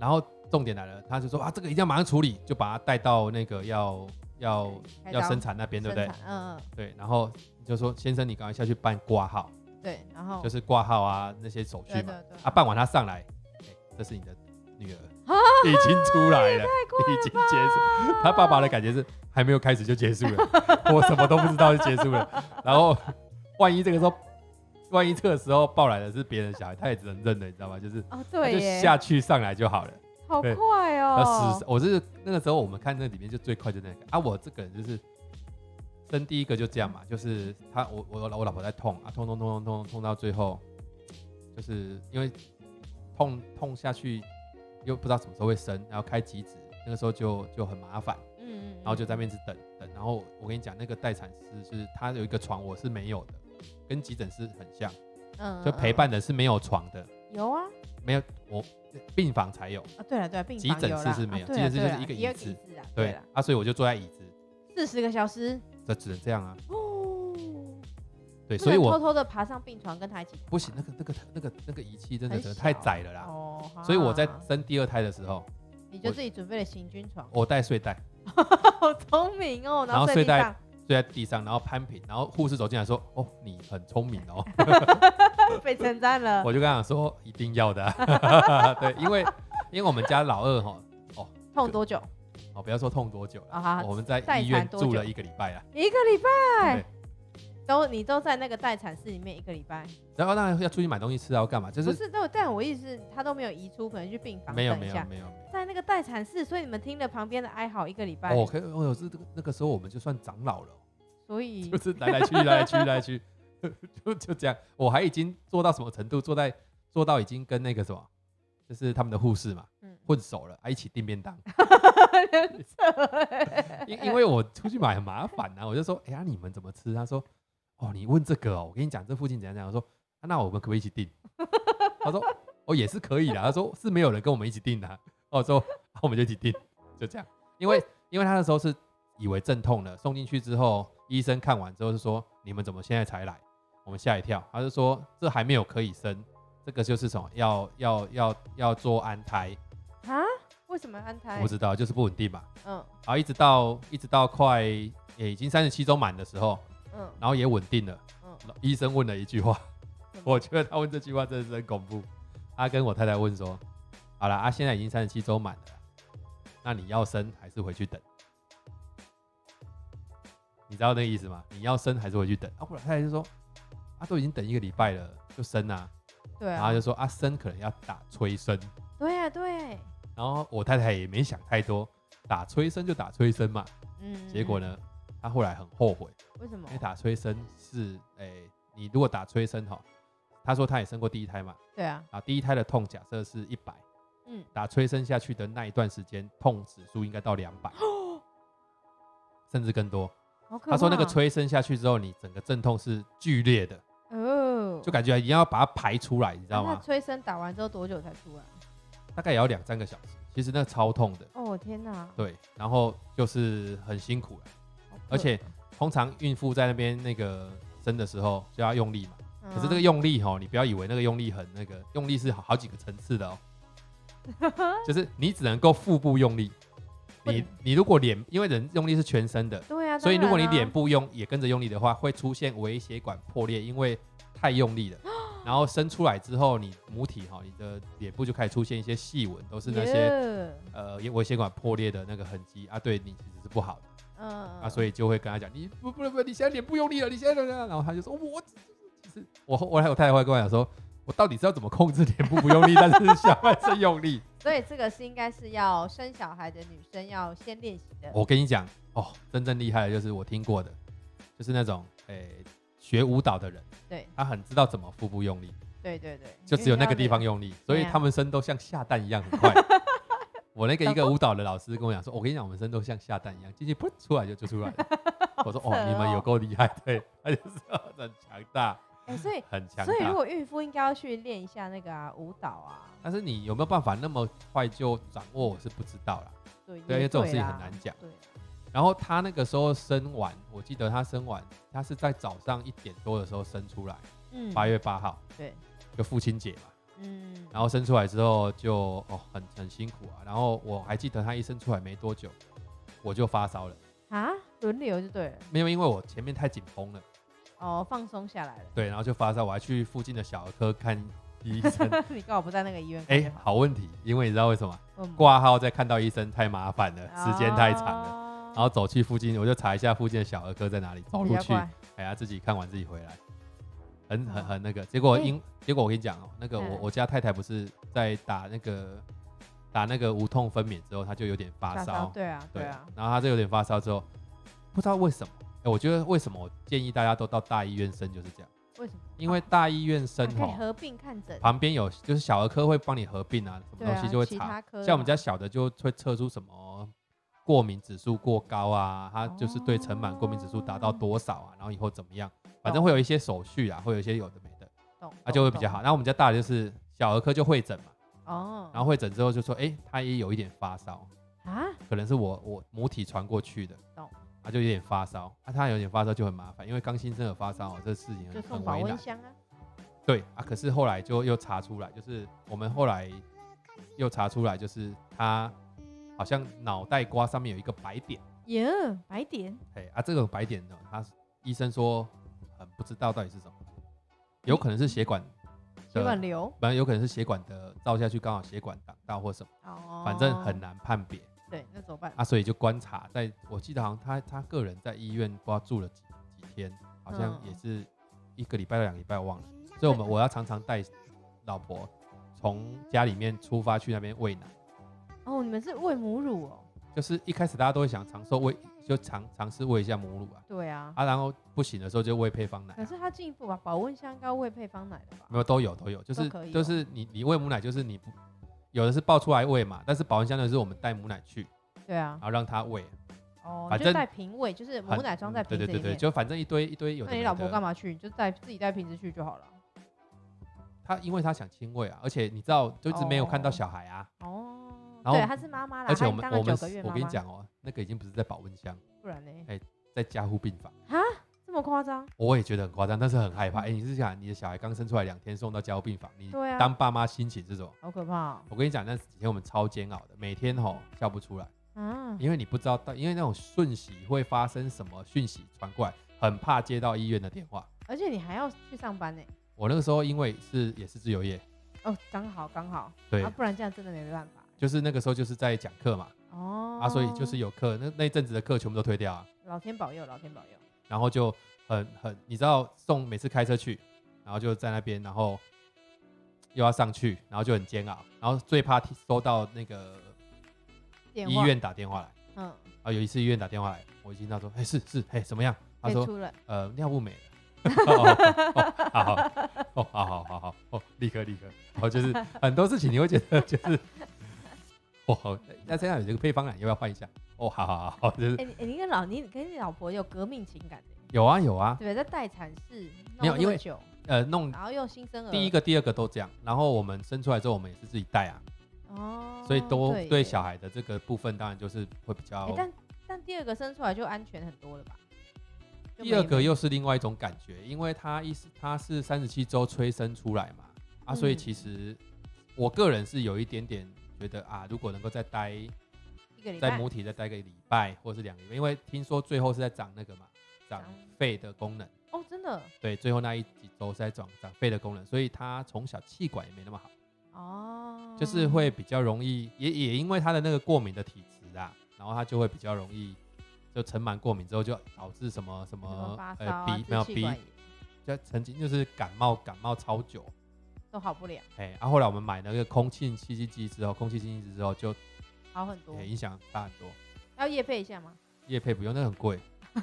[SPEAKER 1] 然后重点来了，他就说啊，这个一定要马上处理，就把他带到那个要要
[SPEAKER 2] 开刀
[SPEAKER 1] 要生产那边，对不对
[SPEAKER 2] 生？产？嗯，嗯
[SPEAKER 1] 对，然后就说先生，你赶快下去办挂号，
[SPEAKER 2] 对，然后
[SPEAKER 1] 就是挂号啊那些手续
[SPEAKER 2] 哦对
[SPEAKER 1] 嘛。
[SPEAKER 2] 对对，啊
[SPEAKER 1] 啊，办完他上来，哎这是你的女儿，已经出来了，
[SPEAKER 2] 快了
[SPEAKER 1] 已经结束。他爸爸的感觉是还没有开始就结束
[SPEAKER 2] [laughs]
[SPEAKER 1] 了，我什么都不知道就结束了。然后万一这个时候，万一这个时候抱来的是别人的小孩，他也只能认了，你知道吗？就是
[SPEAKER 2] 哦，
[SPEAKER 1] 他
[SPEAKER 2] 对
[SPEAKER 1] 就
[SPEAKER 2] 耶，
[SPEAKER 1] 下去上来就好了。
[SPEAKER 2] 好
[SPEAKER 1] 对
[SPEAKER 2] 快
[SPEAKER 1] 那是
[SPEAKER 2] 哦，
[SPEAKER 1] 我是那个时候我们看那里面就最快就那个啊，我这个人就是生第一个就这样嘛，就是他我我我老婆在痛啊，痛痛痛痛痛痛到最后，就是因为痛痛下去又不知道什么时候会生，然后开几指，那个时候就就很麻烦，
[SPEAKER 2] 嗯，嗯
[SPEAKER 1] 然后就在那边一直等等，然后我跟你讲那个待产师就是他有一个床我是没有的，跟急诊室很像，
[SPEAKER 2] 嗯
[SPEAKER 1] 就陪伴的是没有床的，
[SPEAKER 2] 嗯有啊，
[SPEAKER 1] 没有我病房才有。
[SPEAKER 2] 啊，对了对了，病
[SPEAKER 1] 急
[SPEAKER 2] 房
[SPEAKER 1] 诊
[SPEAKER 2] 有
[SPEAKER 1] 室
[SPEAKER 2] 啦
[SPEAKER 1] 是
[SPEAKER 2] 啊
[SPEAKER 1] 没有
[SPEAKER 2] 对
[SPEAKER 1] 急
[SPEAKER 2] 啦
[SPEAKER 1] 诊室
[SPEAKER 2] 对
[SPEAKER 1] 就是
[SPEAKER 2] 啦
[SPEAKER 1] 一个
[SPEAKER 2] 也有
[SPEAKER 1] 椅子
[SPEAKER 2] 椅子啊，对
[SPEAKER 1] 对
[SPEAKER 2] 了，
[SPEAKER 1] 啊，所以我就坐在椅子，
[SPEAKER 2] 四十个小时
[SPEAKER 1] 这只能这样啊。
[SPEAKER 2] 哦，
[SPEAKER 1] 对，
[SPEAKER 2] 不
[SPEAKER 1] 所以
[SPEAKER 2] 能
[SPEAKER 1] 我
[SPEAKER 2] 偷偷的爬上病床跟他一起
[SPEAKER 1] 不行，那个那个那个那个仪器真的
[SPEAKER 2] 很
[SPEAKER 1] 真的太
[SPEAKER 2] 小
[SPEAKER 1] 窄了啦。
[SPEAKER 2] 哦，好
[SPEAKER 1] 所以我在
[SPEAKER 2] 好好
[SPEAKER 1] 生第二胎的时候，
[SPEAKER 2] 你就
[SPEAKER 1] 我
[SPEAKER 2] 自己准备了行军床，
[SPEAKER 1] 我带睡袋
[SPEAKER 2] 好聪明哦，
[SPEAKER 1] 然后
[SPEAKER 2] 睡
[SPEAKER 1] 睡
[SPEAKER 2] 地
[SPEAKER 1] 袋
[SPEAKER 2] 上
[SPEAKER 1] 睡在地上，然后攀平，然后护士走进来说：“哦，你很聪明
[SPEAKER 2] [laughs]
[SPEAKER 1] 哦。
[SPEAKER 2] 被称赞”了，
[SPEAKER 1] 我就跟他讲说：“一定要的啊、 [laughs] 对，因为因为我们家老二哈，
[SPEAKER 2] 痛多久？
[SPEAKER 1] 哦，不要说痛多久
[SPEAKER 2] 啊哈
[SPEAKER 1] 了，哦我们在
[SPEAKER 2] 待
[SPEAKER 1] 医院
[SPEAKER 2] 产多
[SPEAKER 1] 住
[SPEAKER 2] 久哎
[SPEAKER 1] 了一个礼拜啊。
[SPEAKER 2] 一个礼拜
[SPEAKER 1] 对，
[SPEAKER 2] 都你都在那个待产室里面一个礼拜，
[SPEAKER 1] 然后当然要出去买东西吃啊，要干嘛？就
[SPEAKER 2] 不
[SPEAKER 1] 是
[SPEAKER 2] 是？但但我意思是，他都没有移出，可能去病房
[SPEAKER 1] 没有
[SPEAKER 2] 等
[SPEAKER 1] 没
[SPEAKER 2] 一
[SPEAKER 1] 有
[SPEAKER 2] 下，
[SPEAKER 1] 没有没有。
[SPEAKER 2] 在那个待产室，所以你们听了旁边的哀嚎一个礼拜，
[SPEAKER 1] 哦，可以，我是那个时候我们就算长老了哦。
[SPEAKER 2] 所以
[SPEAKER 1] 就是来来去去，来来去去，来来去 [laughs] 去，就就这样。我还已经做到什么程度？做在做到已经跟那个什么，就是他们的护士嘛， [laughs]
[SPEAKER 2] 嗯，
[SPEAKER 1] 混熟了，啊，一起订便当。
[SPEAKER 2] 很扯欸
[SPEAKER 1] 因因为我出去买很麻烦啊，我就说，哎、呀、你们怎么吃？他说，哦，你问这个哦，我跟你讲，这附近怎样怎样。我说，啊那我们可不可以一起订？他说，哦，也是可以的。他说是没有人跟我们一起订的、啊。我说，啊我们就一起订，就这样。因为因为他那时候是以为阵痛了，送进去之后，医生看完之后就说，你们怎么现在才来？我们吓一跳，他就说这还没有可以生，这个就是什么要要要要做安胎，
[SPEAKER 2] 啊？为什么安
[SPEAKER 1] 我
[SPEAKER 2] 胎
[SPEAKER 1] 不？知道，就是不稳定嘛。
[SPEAKER 2] 嗯
[SPEAKER 1] 然后一直到一直到快也已经三十七周满的时候，
[SPEAKER 2] 嗯
[SPEAKER 1] 然后也稳定了。
[SPEAKER 2] 嗯，
[SPEAKER 1] 医生问了一句话， [laughs]
[SPEAKER 2] 什么
[SPEAKER 1] 我觉得他问这句话真的是很恐怖。他跟我太太问说：“好了，啊，现在已经三十七周满了，那你要生还是回去等？”你知道那个意思吗？你要生还是回去等？啊，我太太就说：“啊，都已经等一个礼拜了，就生啊。
[SPEAKER 2] 对
[SPEAKER 1] 然后
[SPEAKER 2] 啊
[SPEAKER 1] 就，说：“啊，生可能要打催生。”
[SPEAKER 2] 对啊，对，
[SPEAKER 1] 然后我太太也没想太多，打催生就打催生嘛。
[SPEAKER 2] 嗯。
[SPEAKER 1] [laughs]
[SPEAKER 2] 哦
[SPEAKER 1] 结果呢，哎他后来很后悔，
[SPEAKER 2] 为什么
[SPEAKER 1] 因为？打催生是，诶、你如果打催生哈，他说他也生过第一胎嘛，
[SPEAKER 2] 对啊，
[SPEAKER 1] 啊，第一胎的痛假设是一百，
[SPEAKER 2] 嗯，
[SPEAKER 1] 打催生下去的那一段时间，痛指数应该到两百，
[SPEAKER 2] [gasps]
[SPEAKER 1] 甚至更多。
[SPEAKER 2] 好可怕。
[SPEAKER 1] 他说那个，催生下去之后，你整个阵痛是剧烈的，
[SPEAKER 2] 哦，
[SPEAKER 1] 就感觉一定要把它排出来，你知
[SPEAKER 2] 啊
[SPEAKER 1] 道
[SPEAKER 2] 那
[SPEAKER 1] 吗？
[SPEAKER 2] 催生打完之后多久才出来？
[SPEAKER 1] 大概也要两三个小时，其实那超痛的，
[SPEAKER 2] 哦，天哪！
[SPEAKER 1] 对，然后就是很辛苦了。
[SPEAKER 2] 好可
[SPEAKER 1] 而且通常孕妇在那边那个生的时候就要用力嘛，
[SPEAKER 2] 嗯
[SPEAKER 1] 可是这个用力哈，你不要以为那个用力很那个，用力是好好几个层次的
[SPEAKER 2] [laughs]
[SPEAKER 1] 哦，就是你只能够腹部用力，
[SPEAKER 2] 不
[SPEAKER 1] 你
[SPEAKER 2] 能
[SPEAKER 1] 你如果脸，因为人用力是全身的，
[SPEAKER 2] 对啊，
[SPEAKER 1] 所以
[SPEAKER 2] 当
[SPEAKER 1] 如果你
[SPEAKER 2] 然啊
[SPEAKER 1] 脸部用也跟着用力的话，会出现微血管破裂，因为太用
[SPEAKER 2] [gasps]
[SPEAKER 1] 力了。然后生出来之后，你母体哈，你的脸部就开始出现一些细纹，都是那些
[SPEAKER 2] 耶
[SPEAKER 1] 呃微血管破裂的那个痕迹啊，对你其实是不好的。
[SPEAKER 2] 嗯
[SPEAKER 1] 啊，所以就会跟他讲，你不不不，你现在脸不用力了，你现在怎么样然后他就说，哦我只其实我后我还有太太会跟我讲说，我到底是要怎么控制脸部不用力，但是下半身用力。
[SPEAKER 2] 所以这个是应该是要生小孩的女生要先练习的。
[SPEAKER 1] 我跟你讲哦，真正厉害的就是我听过的，就是那种诶、学舞蹈的人，
[SPEAKER 2] 对
[SPEAKER 1] 他很知道怎么腹部用力，
[SPEAKER 2] 对对对，
[SPEAKER 1] 就只有那
[SPEAKER 2] 因
[SPEAKER 1] 个
[SPEAKER 2] 为
[SPEAKER 1] 地方
[SPEAKER 2] 要
[SPEAKER 1] 用力，所以
[SPEAKER 2] 对啊
[SPEAKER 1] 他们生都像下蛋一样很快。我那个一个舞蹈的老师跟我讲说，我跟你讲，我们生都像下蛋一样，进去噗出来就就出来了。我说
[SPEAKER 2] 扯
[SPEAKER 1] 哦，你们有
[SPEAKER 2] 哦
[SPEAKER 1] 够厉害，对，他就是很强大。
[SPEAKER 2] 练。哎，所以
[SPEAKER 1] 很强
[SPEAKER 2] 所以如
[SPEAKER 1] 大。
[SPEAKER 2] 果孕妇应该要去练一下那个啊舞蹈啊，
[SPEAKER 1] 但是你有没有办法那么快就掌握？我是不知道啦。
[SPEAKER 2] 对，
[SPEAKER 1] 对因为
[SPEAKER 2] 也
[SPEAKER 1] 这种事情
[SPEAKER 2] 啦
[SPEAKER 1] 很难讲
[SPEAKER 2] 对啊，
[SPEAKER 1] 然后他那个时候生完，我记得他生完，他是在早上一点多的时候生出来，
[SPEAKER 2] 嗯，
[SPEAKER 1] 八月八号
[SPEAKER 2] 对，
[SPEAKER 1] 就父亲节嘛。
[SPEAKER 2] 嗯，
[SPEAKER 1] 然后生出来之后就哦很很辛苦啊。然后我还记得他一生出来没多久，我就发烧了，
[SPEAKER 2] 啊，轮流就对了，
[SPEAKER 1] 没有因为我前面太紧绷了，
[SPEAKER 2] 哦，放松下来了。 [laughs]
[SPEAKER 1] 对，然后就发烧，我还去附近的小儿科看医
[SPEAKER 2] [laughs]
[SPEAKER 1] 生。
[SPEAKER 2] 你刚好不在那个医院看
[SPEAKER 1] 哎、
[SPEAKER 2] 就好，
[SPEAKER 1] 好问题，因为你知道为什么
[SPEAKER 2] 嗯
[SPEAKER 1] 挂号再看到医生太麻烦了，时间太长了。
[SPEAKER 2] 了
[SPEAKER 1] 然后走去附近，我就查一下附近的小儿科在哪里，走路去，
[SPEAKER 2] 快
[SPEAKER 1] 哎呀，自己看完自己回来，很很
[SPEAKER 2] 哦
[SPEAKER 1] 很那个。结果
[SPEAKER 2] 哎
[SPEAKER 1] 因、结果我跟你讲哦、那个我
[SPEAKER 2] 嗯
[SPEAKER 1] 我家太太不是在打那个打那个无痛分娩之后，她就有点发
[SPEAKER 2] 发
[SPEAKER 1] 烧，
[SPEAKER 2] 对啊，对啊，
[SPEAKER 1] 然后她就有点发烧之后，不知道为什么，哎、我觉得为什么我建议大家都到大医院生就是这样，
[SPEAKER 2] 为什么？啊
[SPEAKER 1] 因为大医院生
[SPEAKER 2] 哦还可以
[SPEAKER 1] 哈、
[SPEAKER 2] 合并看诊，
[SPEAKER 1] 旁边有就是小儿科会帮你合并啊，什么
[SPEAKER 2] 对
[SPEAKER 1] 东
[SPEAKER 2] 啊，
[SPEAKER 1] 西就会
[SPEAKER 2] 其
[SPEAKER 1] 查，
[SPEAKER 2] 他科
[SPEAKER 1] 像我们
[SPEAKER 2] 嘛
[SPEAKER 1] 家小的就会测出什么过敏指数过高啊，他就是对尘螨过敏指数达到多少啊，然后以后怎么样，反正会有一些手续啊，会有一些有的没的，那
[SPEAKER 2] 懂，哦懂
[SPEAKER 1] 就会比较。好。那我们家大的就是小儿科就会诊嘛，
[SPEAKER 2] 懂哦，
[SPEAKER 1] 然后会诊之后就说，哎，他也有一点发烧，
[SPEAKER 2] 啊，
[SPEAKER 1] 可能是我我母体传过去的
[SPEAKER 2] 懂，
[SPEAKER 1] 他就有点发烧，那他有点发烧就很麻烦，因为刚新生儿发烧哦这事情
[SPEAKER 2] 就
[SPEAKER 1] 很
[SPEAKER 2] 送
[SPEAKER 1] 很
[SPEAKER 2] 保
[SPEAKER 1] 为
[SPEAKER 2] 温
[SPEAKER 1] 难，
[SPEAKER 2] 箱啊，
[SPEAKER 1] 对啊，可是后来就又查出来，就是我们后来又查出来，就是他好像脑袋瓜上面有一个白点，
[SPEAKER 2] 耶，白点，
[SPEAKER 1] 哎啊，这个白点呢，他医生说很不知道到底是什么，有可能是血管
[SPEAKER 2] 血管
[SPEAKER 1] 的，
[SPEAKER 2] 瘤，
[SPEAKER 1] 反正有可能是血管的照下去刚好血管挡到或什么，
[SPEAKER 2] 哦，
[SPEAKER 1] 反正很难判别
[SPEAKER 2] 对，那怎么办？
[SPEAKER 1] 啊，所以就观察，在我记得好像他他个人在医院不知道住了几几天，好像
[SPEAKER 2] 嗯
[SPEAKER 1] 也是一个礼拜到两个礼拜忘了。所以我们我要常常带老婆从家里面出发去那边喂奶，
[SPEAKER 2] 哦，你们是喂母乳哦？
[SPEAKER 1] 就是一开始大家都会想尝试喂，就尝尝试喂一下母乳啊，
[SPEAKER 2] 对啊，
[SPEAKER 1] 啊，然后不行的时候就喂配方奶啊、
[SPEAKER 2] 可是他进一步把保温箱应该喂配方奶的吧？
[SPEAKER 1] 没有都有都有，就是
[SPEAKER 2] 都可以哦
[SPEAKER 1] 就是你你喂母奶就是你不有的是抱出来喂嘛，但是保温箱的是我们带母奶去，
[SPEAKER 2] 对啊
[SPEAKER 1] 然，后让它喂，
[SPEAKER 2] 哦，
[SPEAKER 1] 反
[SPEAKER 2] 你
[SPEAKER 1] 正
[SPEAKER 2] 就带瓶喂，就是母奶装在
[SPEAKER 1] 对
[SPEAKER 2] 瓶
[SPEAKER 1] 对
[SPEAKER 2] 子里
[SPEAKER 1] 对对，
[SPEAKER 2] 面。
[SPEAKER 1] 就反正一堆一堆有的
[SPEAKER 2] 那你老婆干
[SPEAKER 1] 嘛？
[SPEAKER 2] 嘛去？你就带自己带瓶子去就好了。
[SPEAKER 1] 她因为她想亲喂啊，而且你知道就一直没有看到
[SPEAKER 2] 哦
[SPEAKER 1] 小孩啊，
[SPEAKER 2] 哦，
[SPEAKER 1] 然后
[SPEAKER 2] 对，她是妈妈啦，
[SPEAKER 1] 而且
[SPEAKER 2] 她
[SPEAKER 1] 我
[SPEAKER 2] 已经
[SPEAKER 1] 们
[SPEAKER 2] 当
[SPEAKER 1] 我
[SPEAKER 2] 了
[SPEAKER 1] 们
[SPEAKER 2] 九个月
[SPEAKER 1] 我
[SPEAKER 2] 妈
[SPEAKER 1] 跟你
[SPEAKER 2] 妈，
[SPEAKER 1] 讲哦，那个已经不是在保温箱，
[SPEAKER 2] 不然呢？
[SPEAKER 1] 在加护病房。
[SPEAKER 2] 这么夸张？
[SPEAKER 1] 我也觉得很夸张，但是很害怕。哎、你是想你的小孩刚生出来两天送到加护病房，你
[SPEAKER 2] 对啊
[SPEAKER 1] 当爸妈心情是什么？
[SPEAKER 2] 好可怕哦！
[SPEAKER 1] 我跟你讲，那几天我们超煎熬的，每天吼笑不出来，
[SPEAKER 2] 啊，
[SPEAKER 1] 因为你不知道到，因为那种瞬息会发生什么讯息传过来，很怕接到医院的电话。
[SPEAKER 2] 而且你还要去上班呢。
[SPEAKER 1] 我那个时候因为是也是自由业，
[SPEAKER 2] 哦，刚好刚好，
[SPEAKER 1] 对，
[SPEAKER 2] 啊，不然这样真的没办法。
[SPEAKER 1] 就是那个时候就是在讲课嘛，
[SPEAKER 2] 哦，
[SPEAKER 1] 啊，所以就是有课，那那一阵子的课全部都推掉啊，
[SPEAKER 2] 老天保佑，老天保佑。
[SPEAKER 1] 然后就很很，你知道送每次开车去，然后就在那边，然后又要上去，然后就很煎熬，然后最怕听收到那个
[SPEAKER 2] 电
[SPEAKER 1] 医
[SPEAKER 2] 话，
[SPEAKER 1] 院打电话来
[SPEAKER 2] 嗯，
[SPEAKER 1] 啊，有一次医院打电话来，我听到说，哎、是是，哎、怎么样？他
[SPEAKER 2] 退
[SPEAKER 1] 说，
[SPEAKER 2] 出了，
[SPEAKER 1] 呃，尿布没了。哦哦好好哦，好好好好哦，立刻立刻，哦，就是很多事情你会觉得就是，哦，好那现在有这个配方啊，要不要换一下？哦，好好好好，就是
[SPEAKER 2] 哎，你哎你跟老你跟你老婆有革命情感的，
[SPEAKER 1] 有啊有啊
[SPEAKER 2] 对，不对？在待产室
[SPEAKER 1] 没有
[SPEAKER 2] 弄那
[SPEAKER 1] 因
[SPEAKER 2] 么
[SPEAKER 1] 为
[SPEAKER 2] 久，
[SPEAKER 1] 呃，弄
[SPEAKER 2] 然后又新生儿，
[SPEAKER 1] 第一个、第二个都这样，然后我们生出来之后，我们也是自己带啊，
[SPEAKER 2] 哦，
[SPEAKER 1] 所以都对
[SPEAKER 2] 耶
[SPEAKER 1] 小哦孩的这个部分，当然就是会比较
[SPEAKER 2] 哎、。但但第二个生出来就安全很多了吧？就
[SPEAKER 1] 第二
[SPEAKER 2] 没
[SPEAKER 1] 个
[SPEAKER 2] 没
[SPEAKER 1] 又是另外一种感觉，因为他一他是三十七周催生出来嘛，啊，所以
[SPEAKER 2] 嗯
[SPEAKER 1] 其实我个人是有一点点觉得啊，如果能够再待
[SPEAKER 2] 一个礼
[SPEAKER 1] 在
[SPEAKER 2] 拜
[SPEAKER 1] 母体再待个礼拜或是两个礼拜，因为听说最后是在长那个嘛，长
[SPEAKER 2] 长
[SPEAKER 1] 肺的功能，
[SPEAKER 2] 哦，真的
[SPEAKER 1] 对，最后那一几周是在长长肺的功能，所以他从小气管也没那么好。
[SPEAKER 2] 哦，
[SPEAKER 1] 就是会比较容易，也也因为他的那个过敏的体质啊，然后他就会比较容易就尘螨过敏之后就导致什么什
[SPEAKER 2] 什么
[SPEAKER 1] 么
[SPEAKER 2] 发烧、
[SPEAKER 1] 呃
[SPEAKER 2] 啊、
[SPEAKER 1] 鼻没有
[SPEAKER 2] 支气
[SPEAKER 1] 鼻
[SPEAKER 2] 管炎
[SPEAKER 1] 就曾经就是感冒感冒超久，
[SPEAKER 2] 都好不了，
[SPEAKER 1] 哎，啊后来我们买那个空气清新机之后，空气清新机之后就
[SPEAKER 2] 好很多
[SPEAKER 1] 也。影响大很多。
[SPEAKER 2] 要夜配一下吗？
[SPEAKER 1] 叶配不用，那很
[SPEAKER 2] [laughs]
[SPEAKER 1] 贵。 [laughs]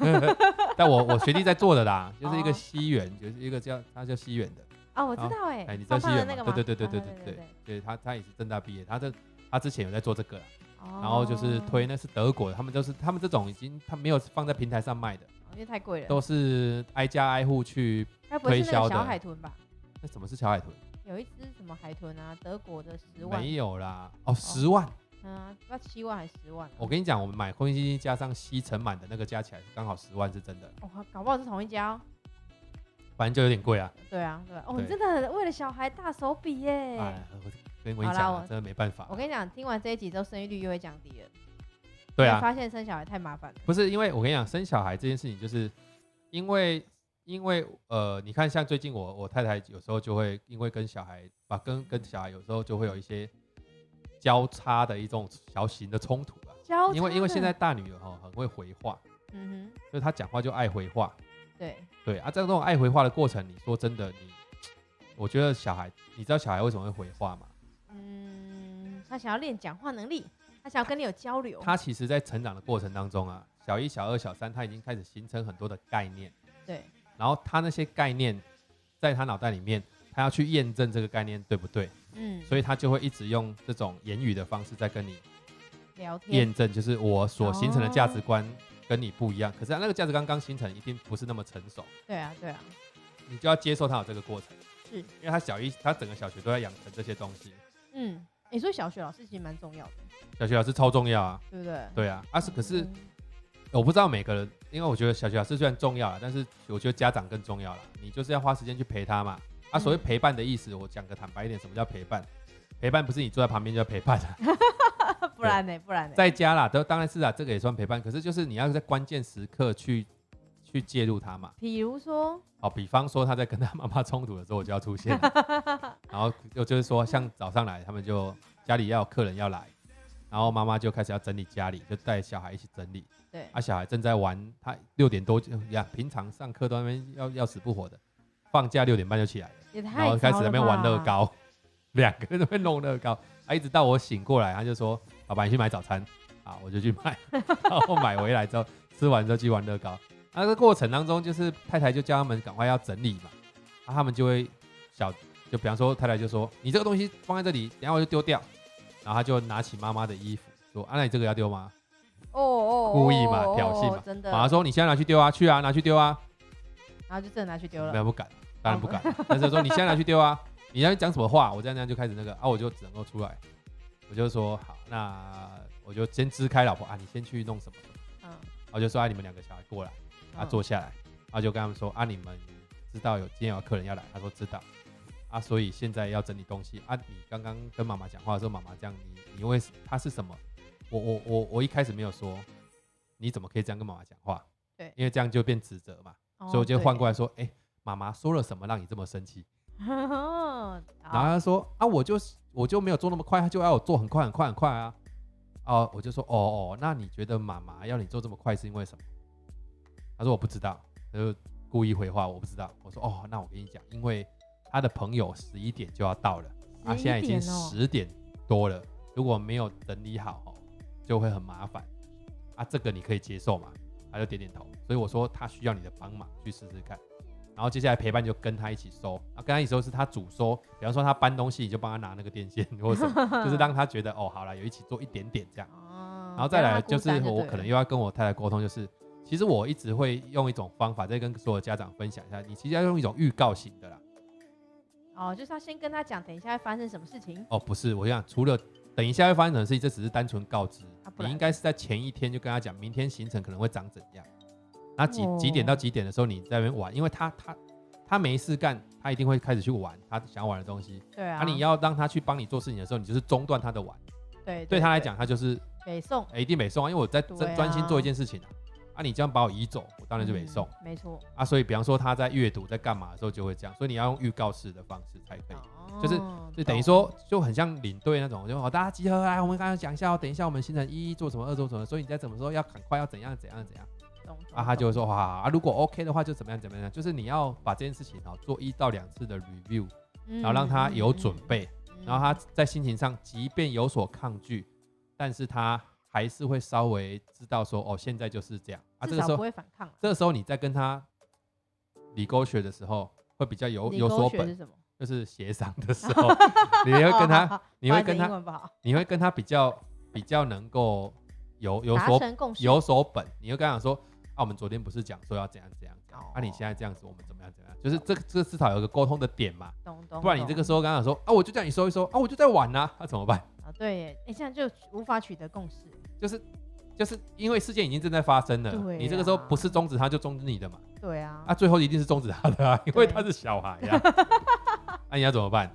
[SPEAKER 1] 但我我学弟在做的啦，就是一个
[SPEAKER 2] 哦
[SPEAKER 1] 西元，就是一个叫他叫西元的，
[SPEAKER 2] 啊、我知
[SPEAKER 1] 好
[SPEAKER 2] 道哎、
[SPEAKER 1] 哎，你知道
[SPEAKER 2] 胖
[SPEAKER 1] 西
[SPEAKER 2] 胖的
[SPEAKER 1] 元
[SPEAKER 2] 那个
[SPEAKER 1] 吗？
[SPEAKER 2] 吗？
[SPEAKER 1] 对对对
[SPEAKER 2] 啊
[SPEAKER 1] 对
[SPEAKER 2] 对
[SPEAKER 1] 对对，对他他也是正大毕业，他这他之前有在做这个啦。
[SPEAKER 2] 哦
[SPEAKER 1] 然后就是推，那是德国的，他们就是他们这种已经他没有放在平台上卖的，
[SPEAKER 2] 因为太贵了。
[SPEAKER 1] 都是挨家挨户去。
[SPEAKER 2] 该不会是那
[SPEAKER 1] 推销
[SPEAKER 2] 个
[SPEAKER 1] 的
[SPEAKER 2] 小海豚吧？
[SPEAKER 1] 那什么是小海豚？
[SPEAKER 2] 有一只什么海豚啊，德国的十万，
[SPEAKER 1] 没有啦，哦，十万，
[SPEAKER 2] 嗯，要七万还是十万、啊？
[SPEAKER 1] 我跟你讲，我们买空气净机加上吸尘螨的那个加起来刚好十万，是真的，
[SPEAKER 2] 哇，搞不好是同一家、哦。
[SPEAKER 1] 反正就有点贵啊。
[SPEAKER 2] 对啊，对啊哦，
[SPEAKER 1] 对
[SPEAKER 2] 你真的很为了小孩大手笔耶！
[SPEAKER 1] 哎，我跟我跟
[SPEAKER 2] 好
[SPEAKER 1] 你
[SPEAKER 2] 啦
[SPEAKER 1] 讲
[SPEAKER 2] 我
[SPEAKER 1] 啊，真的没办法
[SPEAKER 2] 我。跟你讲，听完这一集之后，生育率又会降低了。
[SPEAKER 1] 对
[SPEAKER 2] 你会
[SPEAKER 1] 啊，
[SPEAKER 2] 发现生小孩太麻烦了。
[SPEAKER 1] 不是因为我跟你讲，生小孩这件事情，就是因为因为呃，你看像最近我我太太有时候就会因为跟小孩把跟跟小孩有时候就会有一些交叉的一种小型的冲突啊。
[SPEAKER 2] 交
[SPEAKER 1] 因为
[SPEAKER 2] 叉
[SPEAKER 1] 因为
[SPEAKER 2] 哦的
[SPEAKER 1] 现在，大女儿哈很会回话，啊
[SPEAKER 2] 嗯
[SPEAKER 1] 就是她讲话就爱回话，
[SPEAKER 2] 哼，对，
[SPEAKER 1] 对啊，在这种爱回话的过程，你说真的你，我觉得小孩，你知道小孩为什么会回话吗？
[SPEAKER 2] 嗯，他想要练讲话能力，他想要跟你有交流。
[SPEAKER 1] 他其实在成长的过程当中啊，小一、小二、小三，他已经开始形成很多的概念。
[SPEAKER 2] 对，
[SPEAKER 1] 然后他那些概念在他脑袋里面，他要去验证这个概念对不对，
[SPEAKER 2] 嗯，
[SPEAKER 1] 所以他就会一直用这种言语的方式在跟你
[SPEAKER 2] 聊天，
[SPEAKER 1] 验证，就是我所形成的价值观跟你不一样。可是他那个价值观刚形成，一定不是那么成熟，
[SPEAKER 2] 对啊，对啊，
[SPEAKER 1] 你就要接受他有这个过程，
[SPEAKER 2] 是，
[SPEAKER 1] 因为他小一，他整个小学都在养成这些东西，
[SPEAKER 2] 嗯，你说小学老师其实蛮重要的，
[SPEAKER 1] 小学老师超重要啊，
[SPEAKER 2] 对不对？
[SPEAKER 1] 对啊，啊是可是
[SPEAKER 2] 嗯
[SPEAKER 1] 我不知道每个人，因为我觉得小学老师虽然重要啦，但是我觉得家长更重要啦。你就是要花时间去陪他嘛。啊，
[SPEAKER 2] 嗯
[SPEAKER 1] 所谓陪伴的意思，我讲个坦白一点，什么叫陪伴？陪伴不是你坐在旁边就叫陪伴啊，
[SPEAKER 2] [laughs] 不然呢？不然呢？
[SPEAKER 1] 在家啦，都当然是啊，这个也算陪伴。可是就是你要在关键时刻去去介入他嘛。
[SPEAKER 2] 比如说，
[SPEAKER 1] 好，哦比方说他在跟他妈妈冲突的时候，我就要出现了。然后就就是说，像早上来，他们就家里要有客人要来，然后妈妈就开始要整理家里，就带小孩一起整理。
[SPEAKER 2] 对，
[SPEAKER 1] 啊，小孩正在玩，他六点多就呀，平常上课都在那边要要死不活的，放假六点半就起来了，
[SPEAKER 2] 也太
[SPEAKER 1] 然后开始
[SPEAKER 2] 早
[SPEAKER 1] 在那
[SPEAKER 2] 了
[SPEAKER 1] 边玩乐
[SPEAKER 2] 吧，
[SPEAKER 1] 高，两个人在那边弄乐高，啊，一直到我醒过来，他就说：“爸爸，你去买早餐。”啊，我就去买， [laughs] 然后买回来之后吃完之后去玩乐高。那个过程当中，就是太太就叫他们赶快要整理嘛，啊，他们就会小，就比方说太太就说：“你这个东西放在这里，等一下我就丢掉。”然后他就拿起妈妈的衣服说：“啊，那你这个要丢吗？”
[SPEAKER 2] 哦哦，
[SPEAKER 1] 故意嘛
[SPEAKER 2] 哦
[SPEAKER 1] 挑衅嘛
[SPEAKER 2] 真的，
[SPEAKER 1] 马上说：“你现在拿去丢啊，去啊，拿去丢啊。
[SPEAKER 2] 然后就真的拿去”丢
[SPEAKER 1] 没
[SPEAKER 2] 了，啊
[SPEAKER 1] 有不敢，当然不敢。但是说：“你现在拿去丢啊，你要讲什么话？”我这样这样就开始那个啊，我就只能够出来，我就说：“好，那我就先支开老婆啊，你先去弄什么什么。
[SPEAKER 2] 嗯，”
[SPEAKER 1] 我就说：“啊，你们两个小孩过来，啊，
[SPEAKER 2] 嗯
[SPEAKER 1] 坐下来。”啊，就跟他们说：“啊，你们知道有今天有客人要来？”他说：“知道。”啊，所以现在要整理东西啊。你刚刚跟妈妈讲话的时候，妈妈这样，你你为他是什么？我我我我一开始没有说，你怎么可以这样跟妈妈讲话？
[SPEAKER 2] 对
[SPEAKER 1] 因为这样就变指责嘛。
[SPEAKER 2] 哦
[SPEAKER 1] 所以我就换过来说，哎、妈妈说了什么让你这么生气？
[SPEAKER 2] [laughs] 来，
[SPEAKER 1] 然后
[SPEAKER 2] 好，
[SPEAKER 1] 他说啊，我就是我就没有做那么快，他就要我做很快很快很快啊。哦，我就说哦哦，那你觉得妈妈要你做这么快是因为什么？他说我不知道，他就故意回话我不知道。我说哦，那我跟你讲，因为他的朋友十一点就要到了，啊，现在已经
[SPEAKER 2] 11点哦
[SPEAKER 1] 十点多了，如果没有整理好哦，就会很麻烦。啊，这个你可以接受吗？他就点点头。所以我说他需要你的帮忙，去试试看。然后接下来陪伴就跟他一起收，啊，跟他一起收是他主收，比方说他搬东西，你就帮他拿那个电线 [laughs] 或者什么，就是让他觉得哦，好了，有一起做一点点这样。
[SPEAKER 2] 哦
[SPEAKER 1] 然后再来就是我可能，
[SPEAKER 2] 不要让他孤单对了
[SPEAKER 1] 又要跟我太太沟通，就是其实我一直会用一种方法，再跟所有家长分享一下，你其实要用一种预告型的啦。
[SPEAKER 2] 哦，就是要先跟他讲，等一下会发生什么事情，
[SPEAKER 1] 哦，不是，我想除了等一下会发生什么事情，这只是单纯告知，
[SPEAKER 2] 啊不然
[SPEAKER 1] 你应该是在前一天就跟他讲，明天行程可能会长怎样，那几
[SPEAKER 2] 哦
[SPEAKER 1] 几点到几点的时候你在那边玩，因为他他他没事干，他一定会开始去玩他想玩的东西。
[SPEAKER 2] 对啊，
[SPEAKER 1] 啊，你要让他去帮你做事情的时候，你就是中断他的玩。
[SPEAKER 2] 对
[SPEAKER 1] 对他来，讲，他就是
[SPEAKER 2] 北宋
[SPEAKER 1] 诶一定没送啊，因为我在专
[SPEAKER 2] 对啊
[SPEAKER 1] 专心做一件事情啊。啊，你这样把我移走，我当然就没送、，
[SPEAKER 2] 嗯没错，
[SPEAKER 1] 啊。所以，比方说他在阅读在干嘛的时候就会这样，所以你要用预告式的方式才可以。就是
[SPEAKER 2] 哦
[SPEAKER 1] 就等于说，就很像领队那种，就哦好，大家集合来，我们刚刚讲一下哦，等一下我们行程一一做什么，二做什么，所以你在什么时候要赶快要怎样怎样怎样
[SPEAKER 2] 懂懂
[SPEAKER 1] 啊，他就
[SPEAKER 2] 懂
[SPEAKER 1] 会说哇啊，如果 OK 的话就怎么样怎么样，就是你要把这件事情哦做一到两次的 review，然后让他有准，备，
[SPEAKER 2] 嗯嗯嗯
[SPEAKER 1] 然后他在心情上即便有所抗拒，但是他还是会稍微知道说哦，现在就是这样啊，这
[SPEAKER 2] 至
[SPEAKER 1] 个
[SPEAKER 2] 少
[SPEAKER 1] 时
[SPEAKER 2] 不
[SPEAKER 1] 候
[SPEAKER 2] 会反抗啊。
[SPEAKER 1] 这个时候你在跟他理沟学的时候会比较有有所
[SPEAKER 2] 学
[SPEAKER 1] 本
[SPEAKER 2] 是，什么？
[SPEAKER 1] 就是协商的时候，你会跟
[SPEAKER 2] 哦好
[SPEAKER 1] 他。
[SPEAKER 2] 好
[SPEAKER 1] 你会跟
[SPEAKER 2] 不好意思英
[SPEAKER 1] 他，
[SPEAKER 2] 文不好，
[SPEAKER 1] 你会跟他比较比较能够有有
[SPEAKER 2] 达
[SPEAKER 1] 所
[SPEAKER 2] 成共识，
[SPEAKER 1] 有所本，你会跟他讲说，啊，我们昨天不是讲说要怎样怎样怎样，啊，你
[SPEAKER 2] 哦
[SPEAKER 1] 现在这样子，我们怎么样怎么样，就是这这至少有个沟通的点嘛，
[SPEAKER 2] 懂懂。
[SPEAKER 1] 不然你这个
[SPEAKER 2] 懂
[SPEAKER 1] 时候跟他讲说，啊，我就叫你收一收，啊，我就在玩呐、那、怎么办？
[SPEAKER 2] 啊，对耶，哎、这样就无法取得共识。
[SPEAKER 1] 就是就是因为事件已经正在发生了，
[SPEAKER 2] 对
[SPEAKER 1] 你这个时候
[SPEAKER 2] 啊
[SPEAKER 1] 不是终止他，就终止你的嘛。
[SPEAKER 2] 对啊，
[SPEAKER 1] 啊，最后一定是终止他的啊，因为
[SPEAKER 2] 对
[SPEAKER 1] 他是小孩呀、啊。那、你要怎么办？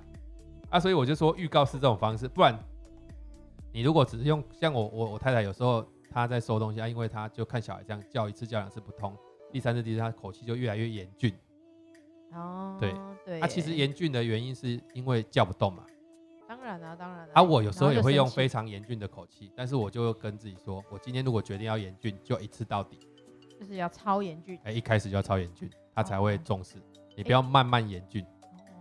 [SPEAKER 1] 啊，所以我就说预告是这种方式，不然你如果只是用像我我我太太有时候她在收东西，啊，因为她就看小孩这样叫一次叫两次不通，第三次第四次她口气就越来越严峻。
[SPEAKER 2] 哦，
[SPEAKER 1] 啊对
[SPEAKER 2] 对耶，
[SPEAKER 1] 她、其实严峻的原因是因为叫不动嘛。
[SPEAKER 2] 当然啊，当然啊。
[SPEAKER 1] 啊，我有时候
[SPEAKER 2] 然后
[SPEAKER 1] 也
[SPEAKER 2] 就
[SPEAKER 1] 会用
[SPEAKER 2] 生气
[SPEAKER 1] 非常严峻的口气，但是我就跟自己说，我今天如果决定要严峻，就一次到底，
[SPEAKER 2] 就是要超严峻。
[SPEAKER 1] 哎、一开始就要超严峻，她才会重视。你不
[SPEAKER 2] 哎
[SPEAKER 1] 要慢慢严峻，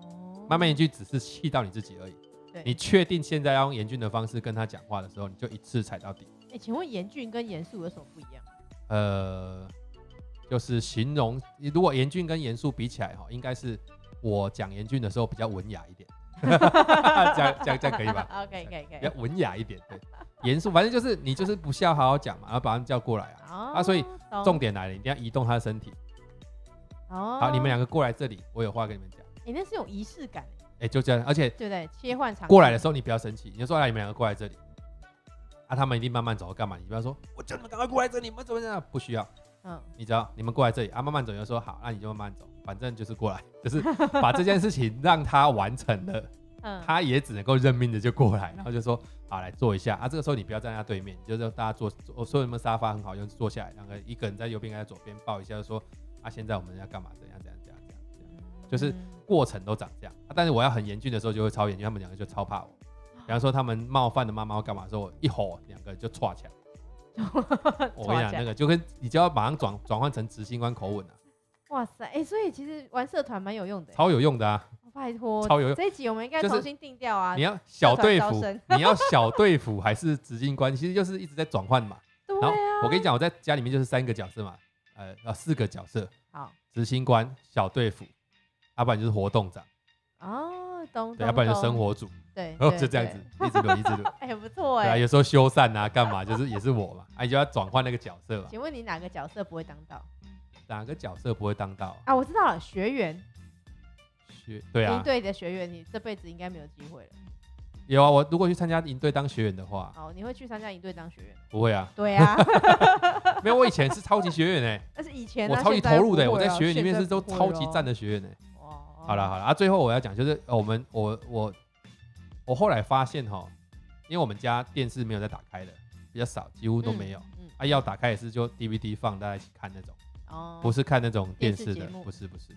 [SPEAKER 2] 哦，
[SPEAKER 1] 慢慢严峻只是气到你自己而已。
[SPEAKER 2] 对。
[SPEAKER 1] 你确定现在要用严峻的方式跟他讲话的时候，你就一次踩到底。
[SPEAKER 2] 哎、请问严峻跟严肃有什么不一样？
[SPEAKER 1] 呃，就是形容，如果严峻跟严肃比起来哈，应该是我讲严峻的时候比较文雅一点，这样这样这样可以
[SPEAKER 2] [laughs]
[SPEAKER 1] 吧？
[SPEAKER 2] ？OK，可以，可
[SPEAKER 1] 比较
[SPEAKER 2] 以。
[SPEAKER 1] 文雅一点，对，严肃，反正就是你就是不笑好好讲嘛，然后把他们叫过来啊。
[SPEAKER 2] 哦
[SPEAKER 1] 啊所以
[SPEAKER 2] 懂
[SPEAKER 1] 重点来了，你一定要移动他的身体。
[SPEAKER 2] 哦，
[SPEAKER 1] 好，你们两个过来这里，我有话跟你们讲。
[SPEAKER 2] 哎、那是有仪式感耶，
[SPEAKER 1] 哎，就这样，而且
[SPEAKER 2] 对不对？切换场
[SPEAKER 1] 过来
[SPEAKER 2] 景
[SPEAKER 1] 的时候你不要生气，你就说哎来你们两个过来这里，啊，他们一定慢慢走干嘛？你不要说我叫你们赶快过来这里，你们怎么样？不需要，
[SPEAKER 2] 嗯，
[SPEAKER 1] 你只要你们过来这里啊，慢慢走，你就说好，那你就慢慢走，反正就是过来， [laughs] 就是把这件事情让他完成了，
[SPEAKER 2] 嗯，
[SPEAKER 1] 他也只能够认命的就过来，然后就说好来坐一下啊，这个时候你不要站在他对面，你就让大家坐，坐我说你们沙发很好用，坐下来，两个一个人在右边，一个在左边抱一下，就说啊，现在我们要干嘛？怎样怎样怎样怎样怎样，就是过程都长这样、啊但是我要很严峻的时候就会超严峻，他们两个就超怕我。
[SPEAKER 2] 啊
[SPEAKER 1] 比方说他们冒犯的妈妈要干嘛的时候，我一吼两个就歘
[SPEAKER 2] [laughs]
[SPEAKER 1] 起来。我跟你
[SPEAKER 2] 嗯抓
[SPEAKER 1] 讲，
[SPEAKER 2] 起来
[SPEAKER 1] 那个就跟你就要马上转转换成执行官口吻啊，
[SPEAKER 2] 哇塞，哎、所以其实玩社团蛮有用的耶，
[SPEAKER 1] 超有用的啊，
[SPEAKER 2] 拜托，
[SPEAKER 1] 超有用。
[SPEAKER 2] 这一集我们应该
[SPEAKER 1] 就是
[SPEAKER 2] 重新定调啊。
[SPEAKER 1] 你要小对
[SPEAKER 2] 社团招
[SPEAKER 1] 付
[SPEAKER 2] 生，
[SPEAKER 1] [laughs] 你要小对付还是执行官，其实就是一直在转换嘛。
[SPEAKER 2] 对
[SPEAKER 1] 然后
[SPEAKER 2] 啊，
[SPEAKER 1] 我跟你讲，我在家里面就是三个角色嘛，呃呃四个角色，
[SPEAKER 2] 好
[SPEAKER 1] 执行官、小对付，啊要不然就是活动长，
[SPEAKER 2] 哦，懂，
[SPEAKER 1] 对，啊
[SPEAKER 2] 懂
[SPEAKER 1] 要不然就生，
[SPEAKER 2] 懂
[SPEAKER 1] 活组，
[SPEAKER 2] 对，
[SPEAKER 1] 然后
[SPEAKER 2] 对
[SPEAKER 1] 哦就这样子，一直轮一直轮。
[SPEAKER 2] 对哎、不错
[SPEAKER 1] 对啊，
[SPEAKER 2] 哎、
[SPEAKER 1] 有时候修缮
[SPEAKER 2] [laughs]
[SPEAKER 1] 啊，干嘛就是也是我嘛，啊，你就要转换那个角色嘛，
[SPEAKER 2] 请问你哪个角色不会当到
[SPEAKER 1] 哪个角色不会当到？
[SPEAKER 2] 啊？我知道了，学员，
[SPEAKER 1] 学对啊
[SPEAKER 2] 营，队的学员，你这辈子应该没有机会了。
[SPEAKER 1] 有啊，我如果去参加营队当学员的话，
[SPEAKER 2] 哦，你会去参加营队当学员？哦
[SPEAKER 1] 不会
[SPEAKER 2] [laughs]
[SPEAKER 1] 啊，
[SPEAKER 2] 对啊，
[SPEAKER 1] 没有，我以前是超级学员
[SPEAKER 2] [laughs]
[SPEAKER 1] 哎、
[SPEAKER 2] 但是以前
[SPEAKER 1] 我
[SPEAKER 2] 啊
[SPEAKER 1] 超级
[SPEAKER 2] 现在
[SPEAKER 1] 投入的、欸
[SPEAKER 2] 不
[SPEAKER 1] 我
[SPEAKER 2] 会
[SPEAKER 1] 在
[SPEAKER 2] 了
[SPEAKER 1] 学员里面是都超级赞。
[SPEAKER 2] 现在不会
[SPEAKER 1] 的学员哎、
[SPEAKER 2] 了哦，
[SPEAKER 1] 好了好了，啊，最后我要讲就是、呃我们我我我后来发现哈，因为我们家电视没有在打开的，比较少，几乎都没有。
[SPEAKER 2] 嗯，
[SPEAKER 1] 啊，要打开也是就 DVD 放大家一起看那种，
[SPEAKER 2] 嗯哦，
[SPEAKER 1] 不是看那种电
[SPEAKER 2] 电视
[SPEAKER 1] 视
[SPEAKER 2] 节
[SPEAKER 1] 的，
[SPEAKER 2] 目
[SPEAKER 1] 不是不是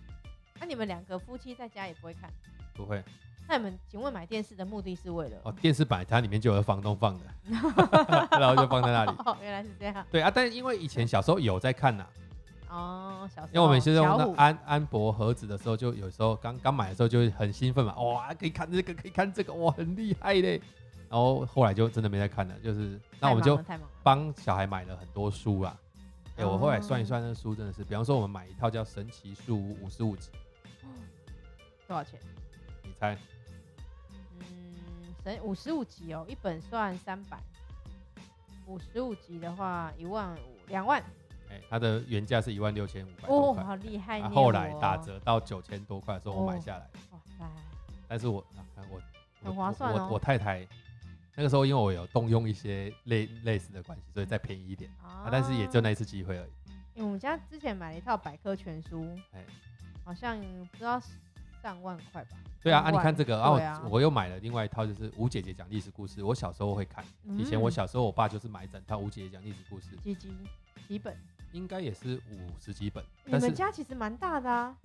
[SPEAKER 2] 那你们两个夫妻在家也不会看？
[SPEAKER 1] 不会
[SPEAKER 2] 那你们请问买电视的目的是为了？
[SPEAKER 1] 哦，电视板它里面就有房东放的， [laughs] 然后就放在那里。
[SPEAKER 2] 哦，原来是这样
[SPEAKER 1] 对啊，但因为以前小时候有在看呐、
[SPEAKER 2] 哦，小时候
[SPEAKER 1] 因为我们是用
[SPEAKER 2] 小
[SPEAKER 1] 那啊
[SPEAKER 2] 五
[SPEAKER 1] 安安博盒子的时候，就有时候刚刚买的时候就会很兴奋嘛，哇，可以看这个，可以看这个，哇，很厉害嘞。然后后来就真的没在看了，就是那我们
[SPEAKER 2] 太忙
[SPEAKER 1] 就
[SPEAKER 2] 了太忙了。
[SPEAKER 1] 帮小孩买了很多书啊。哎、我后来算一
[SPEAKER 2] 哦
[SPEAKER 1] 算，那书真的是，比方说我们买一套叫《神奇树屋》五十五集，
[SPEAKER 2] 多少钱？
[SPEAKER 1] 你猜
[SPEAKER 2] 嗯，神五十五集哦，一本算三百，五十五集的话一万五，两万
[SPEAKER 1] 哎、它的原价是一万六千五百多
[SPEAKER 2] 哦，
[SPEAKER 1] 块，
[SPEAKER 2] 好厉害、
[SPEAKER 1] 啊
[SPEAKER 2] 哦！
[SPEAKER 1] 后来打，折到九千多块的时候，我买
[SPEAKER 2] 哦
[SPEAKER 1] 下来。
[SPEAKER 2] 哇塞，
[SPEAKER 1] 但是我啊，看我我
[SPEAKER 2] 很划算
[SPEAKER 1] 我
[SPEAKER 2] 哦
[SPEAKER 1] 我我太太那个时候，因为我有动用一些类类似的关系，所以再便宜一点
[SPEAKER 2] 啊
[SPEAKER 1] 啊。但是也就那一次机会而已。
[SPEAKER 2] 因为我们家之前买了一套百科全书，
[SPEAKER 1] 哎
[SPEAKER 2] 好像不知道上万块吧。
[SPEAKER 1] 对啊，
[SPEAKER 2] 上
[SPEAKER 1] 啊，你
[SPEAKER 2] 万
[SPEAKER 1] 看这个，然
[SPEAKER 2] 对啊
[SPEAKER 1] 后我我又买了另外一套，就是吴姐姐讲历史故事。我小时候会看，以前我
[SPEAKER 2] 嗯
[SPEAKER 1] 小时候，我爸就是买一整套吴姐姐讲历史故事，
[SPEAKER 2] 几集几本，
[SPEAKER 1] 应该也是五十几本，
[SPEAKER 2] 你
[SPEAKER 1] 但
[SPEAKER 2] 们
[SPEAKER 1] 是
[SPEAKER 2] 家其实蛮大的啊。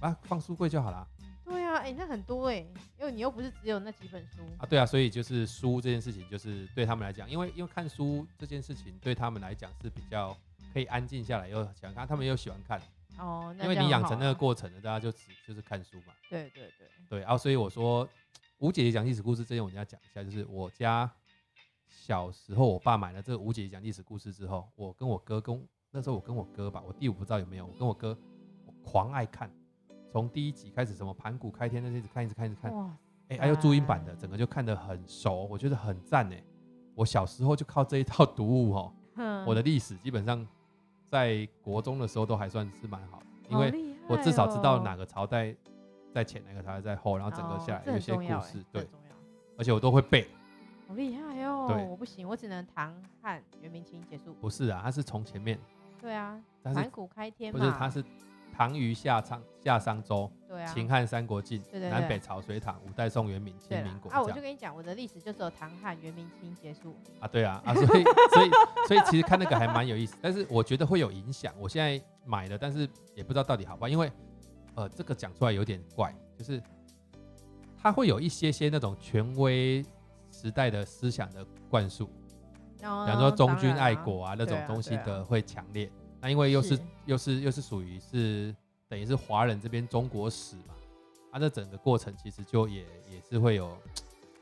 [SPEAKER 1] 啊，放书柜就好啦。
[SPEAKER 2] 对啊，哎、那很多哎、因为你又不是只有那几本书。
[SPEAKER 1] 啊，对啊，所以就是书这件事情，就是对他们来讲，因为因为看书这件事情对他们来讲是比较可以安静下来，又想看，他们又喜欢看。
[SPEAKER 2] 哦，那
[SPEAKER 1] 啊因为
[SPEAKER 2] 这样
[SPEAKER 1] 你养
[SPEAKER 2] 好
[SPEAKER 1] 成那
[SPEAKER 2] 啊
[SPEAKER 1] 个过程了，大家就只就是看书嘛，
[SPEAKER 2] 对对对，
[SPEAKER 1] 对啊，所以我说吴姐姐讲历史故事之前，我一定要讲一下，就是我家小时候，我爸买了这个吴姐姐讲历史故事之后，我跟我哥跟那时候我跟我哥吧，我弟我不知道有没有，我跟我哥我狂爱看，从第一集开始，什么盘古开天那些，一直看一直看一直看，
[SPEAKER 2] 哇，
[SPEAKER 1] 哎，还有注音版的，整个就看得很熟，我觉得很赞哎，我小时候就靠这一套读物哦，
[SPEAKER 2] 哼
[SPEAKER 1] 我的历史基本上在国中的时候都还算是蛮好的，因
[SPEAKER 2] 好
[SPEAKER 1] 为。
[SPEAKER 2] 厉
[SPEAKER 1] 我至
[SPEAKER 2] 害
[SPEAKER 1] 少知道哪
[SPEAKER 2] 哦
[SPEAKER 1] 个朝代在前，哪个朝代在后，然后整个下
[SPEAKER 2] 哦
[SPEAKER 1] 来有一些
[SPEAKER 2] 这很重要
[SPEAKER 1] 故
[SPEAKER 2] 哎
[SPEAKER 1] 事，
[SPEAKER 2] 这
[SPEAKER 1] 对
[SPEAKER 2] 很，重要
[SPEAKER 1] 而且我都会背，
[SPEAKER 2] 好厉害哦
[SPEAKER 1] 对！
[SPEAKER 2] 我不行，我只能唐汉元明清结束。
[SPEAKER 1] 不是啊，它是从前面，
[SPEAKER 2] 对啊，
[SPEAKER 1] 但是
[SPEAKER 2] 盘古开天
[SPEAKER 1] 不
[SPEAKER 2] 嘛。
[SPEAKER 1] 是它是唐虞夏商夏商周、
[SPEAKER 2] 对啊。
[SPEAKER 1] 秦汉三国晋、
[SPEAKER 2] 对对
[SPEAKER 1] 南
[SPEAKER 2] 对
[SPEAKER 1] 北朝隋唐五代宋元明
[SPEAKER 2] 对
[SPEAKER 1] 清
[SPEAKER 2] 啦
[SPEAKER 1] 民国
[SPEAKER 2] 啊，我
[SPEAKER 1] 这
[SPEAKER 2] 就
[SPEAKER 1] 样
[SPEAKER 2] 跟你讲，我的历史就只有唐汉元明清结束。
[SPEAKER 1] 啊对啊啊，所以所以
[SPEAKER 2] [laughs]
[SPEAKER 1] 所以其实看那个还蛮有意思，但是我觉得会有影响。我现在买了，但是也不知道到底好不好，因为呃这个讲出来有点怪，就是它会有一些些那种权威时代的思想的灌输。
[SPEAKER 2] 比
[SPEAKER 1] 比
[SPEAKER 2] 哦
[SPEAKER 1] 方说忠君爱国啊那
[SPEAKER 2] 对
[SPEAKER 1] 种
[SPEAKER 2] 啊
[SPEAKER 1] 东西
[SPEAKER 2] 对啊
[SPEAKER 1] 的会强烈。那因为又是
[SPEAKER 2] 是
[SPEAKER 1] 又是又是属于是等于是华人这边中国史嘛，啊，这整个过程其实就也也是会有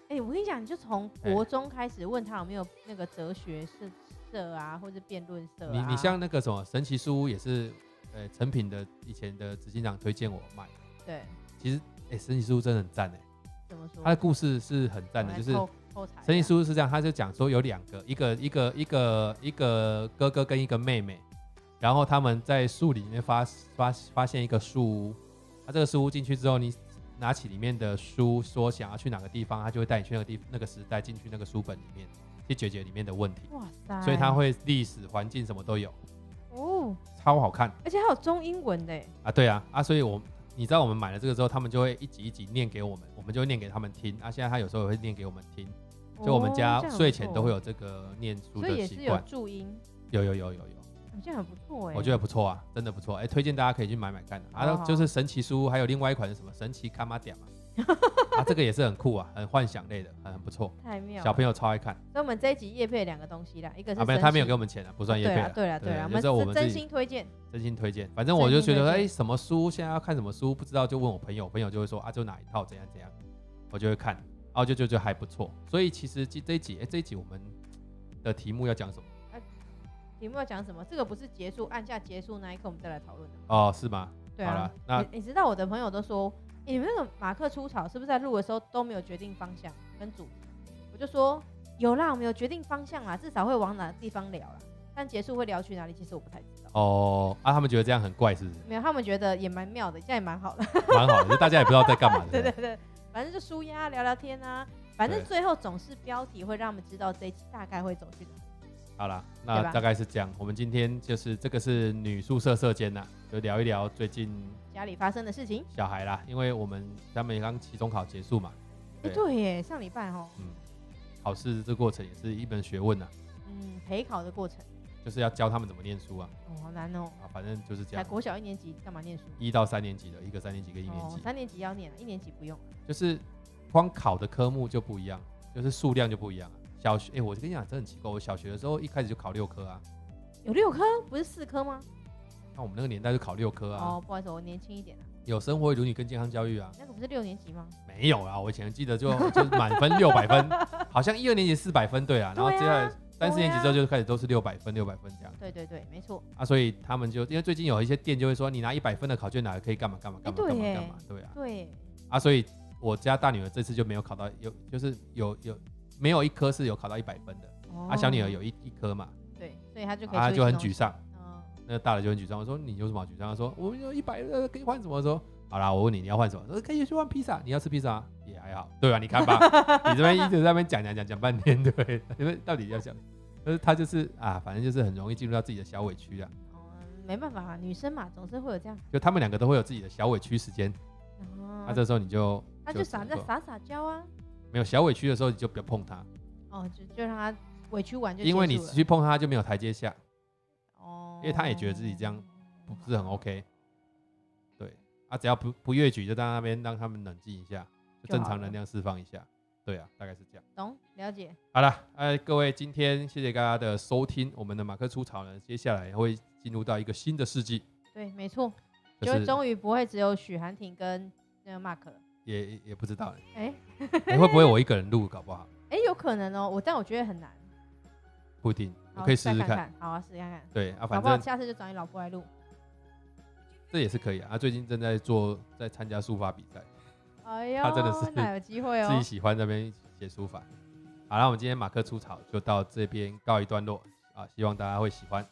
[SPEAKER 2] 哎、我跟你讲，你就从
[SPEAKER 1] 哎
[SPEAKER 2] 国中开始问他有没有那个哲学社社啊，或者辩论社、啊。
[SPEAKER 1] 你你像那个什么神奇书屋也是，呃，成品的以前的执行长推荐我买的。
[SPEAKER 2] 对
[SPEAKER 1] 其实，哎、神奇书屋真的很赞哎、
[SPEAKER 2] 怎么说？
[SPEAKER 1] 它的故事是很赞的，就是
[SPEAKER 2] 我来偷偷查一下
[SPEAKER 1] 神奇书屋是这样，他就讲说有两个，一个一个一个一个哥哥跟一个妹妹，然后他们在树里面发发发现一个树屋，啊他这个书屋进去之后，你拿起里面的书，说想要去哪个地方，他就会带你去那个地那个时代，进去那个书本里面去解决里面的问题，
[SPEAKER 2] 哇塞！
[SPEAKER 1] 所以他会历史环境什么都有，
[SPEAKER 2] 哦，
[SPEAKER 1] 超好看
[SPEAKER 2] 而且还有中英文的耶，欸
[SPEAKER 1] 啊！对啊啊，所以我你知道我们买了这个之后，他们就会一集一集念给我们，我们就会念给他们听啊。现在他有时候也会念给我们听。所以我
[SPEAKER 2] 哦
[SPEAKER 1] 们家睡前都会
[SPEAKER 2] 有，
[SPEAKER 1] 有这个念书
[SPEAKER 2] 所以
[SPEAKER 1] 的
[SPEAKER 2] 也是
[SPEAKER 1] 习
[SPEAKER 2] 有
[SPEAKER 1] 惯，
[SPEAKER 2] 注音，
[SPEAKER 1] 有有有有有，
[SPEAKER 2] 我觉得很不错哎。
[SPEAKER 1] 我觉得不错啊，真的不错，哎，推荐大家可以去买买看啊
[SPEAKER 2] 好
[SPEAKER 1] 啊，
[SPEAKER 2] 哦好
[SPEAKER 1] 就是神奇书，还有另外一款是什么神奇卡玛
[SPEAKER 2] [laughs]
[SPEAKER 1] 点嘛，啊，这个也是很酷啊，很幻想类的，很很不错，
[SPEAKER 2] 太妙了。
[SPEAKER 1] 小朋友超爱看
[SPEAKER 2] 所以我们这一集叶配两个东西啦，一个是
[SPEAKER 1] 啊，没有他没有给
[SPEAKER 2] 神奇
[SPEAKER 1] 我们钱啊，不算业配
[SPEAKER 2] 对啦
[SPEAKER 1] 啊，
[SPEAKER 2] 对啦对啦，
[SPEAKER 1] 对就
[SPEAKER 2] 我
[SPEAKER 1] 是我们
[SPEAKER 2] 是真
[SPEAKER 1] 自己
[SPEAKER 2] 心推荐。
[SPEAKER 1] 真心推荐，反正我就
[SPEAKER 2] 真
[SPEAKER 1] 觉
[SPEAKER 2] 心
[SPEAKER 1] 得
[SPEAKER 2] 推荐
[SPEAKER 1] 哎，什么书现在要看什么书，不知道就问我朋友，朋友就会说啊，就哪一套怎样怎样，我就会看，然后就就就还不错，所以其实这这一集哎这一集我们的题目要讲什么
[SPEAKER 2] 题目要讲什么？这个不是结束按下结束那一刻我们再来讨论的吗？
[SPEAKER 1] 哦，是吗？
[SPEAKER 2] 对
[SPEAKER 1] 好
[SPEAKER 2] 啊
[SPEAKER 1] 啦，那
[SPEAKER 2] 你你知道我的朋友都说，欸你们那个马克出草是不是在录的时候都没有决定方向跟主题？我就说有啦，我们有决定方向啦，至少会往哪个地方聊啦。但结束会聊去哪里，其实我不太知道。
[SPEAKER 1] 哦，啊，他们觉得这样很怪，是不 [laughs] 是？
[SPEAKER 2] 没有，他们觉得也蛮妙的，这样也蛮好的。
[SPEAKER 1] 蛮好的，就大家也不知道在干嘛
[SPEAKER 2] [laughs] 对
[SPEAKER 1] 对不
[SPEAKER 2] 对
[SPEAKER 1] 对
[SPEAKER 2] 对，反正就舒压聊聊天啊，反正
[SPEAKER 1] 对
[SPEAKER 2] 最后总是标题会让我们知道这一期大概会走去哪里。
[SPEAKER 1] 好啦，
[SPEAKER 2] 对
[SPEAKER 1] 那
[SPEAKER 2] 吧
[SPEAKER 1] 大概是这样。我们今天就是这个是女宿舍舍监呐，就聊一聊最近
[SPEAKER 2] 家里发生的事情。
[SPEAKER 1] 小孩啦，因为我们他们刚期中考结束嘛，
[SPEAKER 2] 哎、
[SPEAKER 1] 对
[SPEAKER 2] 对耶，上礼拜哦，
[SPEAKER 1] 嗯，考试这过程也是一门学问呐，啊
[SPEAKER 2] 嗯，陪考的过程，
[SPEAKER 1] 就是要教他们怎么念书啊，
[SPEAKER 2] 哦，好难哦。
[SPEAKER 1] 啊，反正就是这
[SPEAKER 2] 才
[SPEAKER 1] 样。
[SPEAKER 2] 国小一年级干嘛念书？
[SPEAKER 1] 一到三年级的，一个三年级，一个一年
[SPEAKER 2] 哦
[SPEAKER 1] 级，，
[SPEAKER 2] 三年级要念啊，一年级不用。
[SPEAKER 1] 就是光考的科目就不一样，就是数量就不一样啊。小学，哎、我跟你讲，真的很奇怪，我小学的时候一开始就考六科啊，
[SPEAKER 2] 有六科，不是四科吗？
[SPEAKER 1] 那我们那个年代就考六科啊，
[SPEAKER 2] 哦，不好意思，我年轻一点啊。
[SPEAKER 1] 有生活与伦理跟健康教育啊，
[SPEAKER 2] 那个不是六年级吗？
[SPEAKER 1] 没有啊，我以前记得就 [laughs] 就是满分六百分，好像一二年级四百分对啊，然后
[SPEAKER 2] 对啊
[SPEAKER 1] 接下来
[SPEAKER 2] 对
[SPEAKER 1] 三
[SPEAKER 2] 啊
[SPEAKER 1] 四年级之后就开始都是六百分六百分这样
[SPEAKER 2] 对对对，没错。
[SPEAKER 1] 啊，所以他们就因为最近有一些店就会说你拿一百分的考卷拿来可以干嘛干嘛干嘛
[SPEAKER 2] 哎
[SPEAKER 1] 干
[SPEAKER 2] 对
[SPEAKER 1] 嘛
[SPEAKER 2] 耶
[SPEAKER 1] 干嘛，对啊
[SPEAKER 2] 对，
[SPEAKER 1] 啊，所以我家大女儿这次就没有考到有就是有有没有一科是有考到一百分的，
[SPEAKER 2] 哦
[SPEAKER 1] 啊小女儿有一一科嘛，
[SPEAKER 2] 对，所以她就可以
[SPEAKER 1] 啊
[SPEAKER 2] 出去
[SPEAKER 1] 就很
[SPEAKER 2] 弄
[SPEAKER 1] 沮丧，
[SPEAKER 2] 嗯，
[SPEAKER 1] 那个大的就很沮丧，我说你有什么好沮丧？他说我有一百呃可以换什么？我说好啦，我问你你要换什么？他说可以去换披萨，你要吃披萨吗也还好，对吧、啊你看吧，你这边一直在那边讲讲讲讲半天，对， [laughs] 因为到底要讲，但是他就是啊，反正就是很容易进入到自己的小委屈啊。
[SPEAKER 2] 哦，没办法啊，女生嘛，总是会有这样。
[SPEAKER 1] 就他们两个都会有自己的小委屈时间，那、
[SPEAKER 2] 啊
[SPEAKER 1] 这时候你就
[SPEAKER 2] 那就撒
[SPEAKER 1] 只能
[SPEAKER 2] 在
[SPEAKER 1] 说
[SPEAKER 2] 撒撒娇啊，
[SPEAKER 1] 没有小委屈的时候，你就不要碰他，
[SPEAKER 2] 哦，就就让她委屈完就结
[SPEAKER 1] 因为你
[SPEAKER 2] 束了
[SPEAKER 1] 去碰他就没有台阶下，
[SPEAKER 2] 哦，
[SPEAKER 1] 因为她也觉得自己这样不是很 OK。对，啊，只要不不越矩，就在那边让他们冷静一下，就
[SPEAKER 2] 就
[SPEAKER 1] 正
[SPEAKER 2] 好
[SPEAKER 1] 常能
[SPEAKER 2] 了
[SPEAKER 1] 量释放一下。对啊，大概是这样。
[SPEAKER 2] 懂了解。
[SPEAKER 1] 好了，呃，各位，今天谢谢大家的收听，我们的马克出草呢，接下来会进入到一个新的世纪，
[SPEAKER 2] 对，没错，
[SPEAKER 1] 就
[SPEAKER 2] 就是
[SPEAKER 1] 是
[SPEAKER 2] 终于不会只有许寒婷跟那个 Mark 了。
[SPEAKER 1] 也也也不知道了，
[SPEAKER 2] 哎
[SPEAKER 1] 哎、会不会我一个人录，搞不好
[SPEAKER 2] 哎，有可能哦，我但我觉得很难。
[SPEAKER 1] 不一定，我
[SPEAKER 2] 好
[SPEAKER 1] 可以试
[SPEAKER 2] 再
[SPEAKER 1] 试
[SPEAKER 2] 看
[SPEAKER 1] 看。
[SPEAKER 2] 好啊，试看看。
[SPEAKER 1] 对啊，
[SPEAKER 2] 搞
[SPEAKER 1] 反
[SPEAKER 2] 不好
[SPEAKER 1] 正
[SPEAKER 2] 下次就找你老婆来录。
[SPEAKER 1] 这也是可以啊。啊最近正在做，在参加书法比赛，
[SPEAKER 2] 哎呦，
[SPEAKER 1] 他真的是
[SPEAKER 2] 哪有机会
[SPEAKER 1] 自己
[SPEAKER 2] 哦？
[SPEAKER 1] 喜欢这边写书法。好了，那我们今天马克出草就到这边告一段落啊，希望大家会喜欢。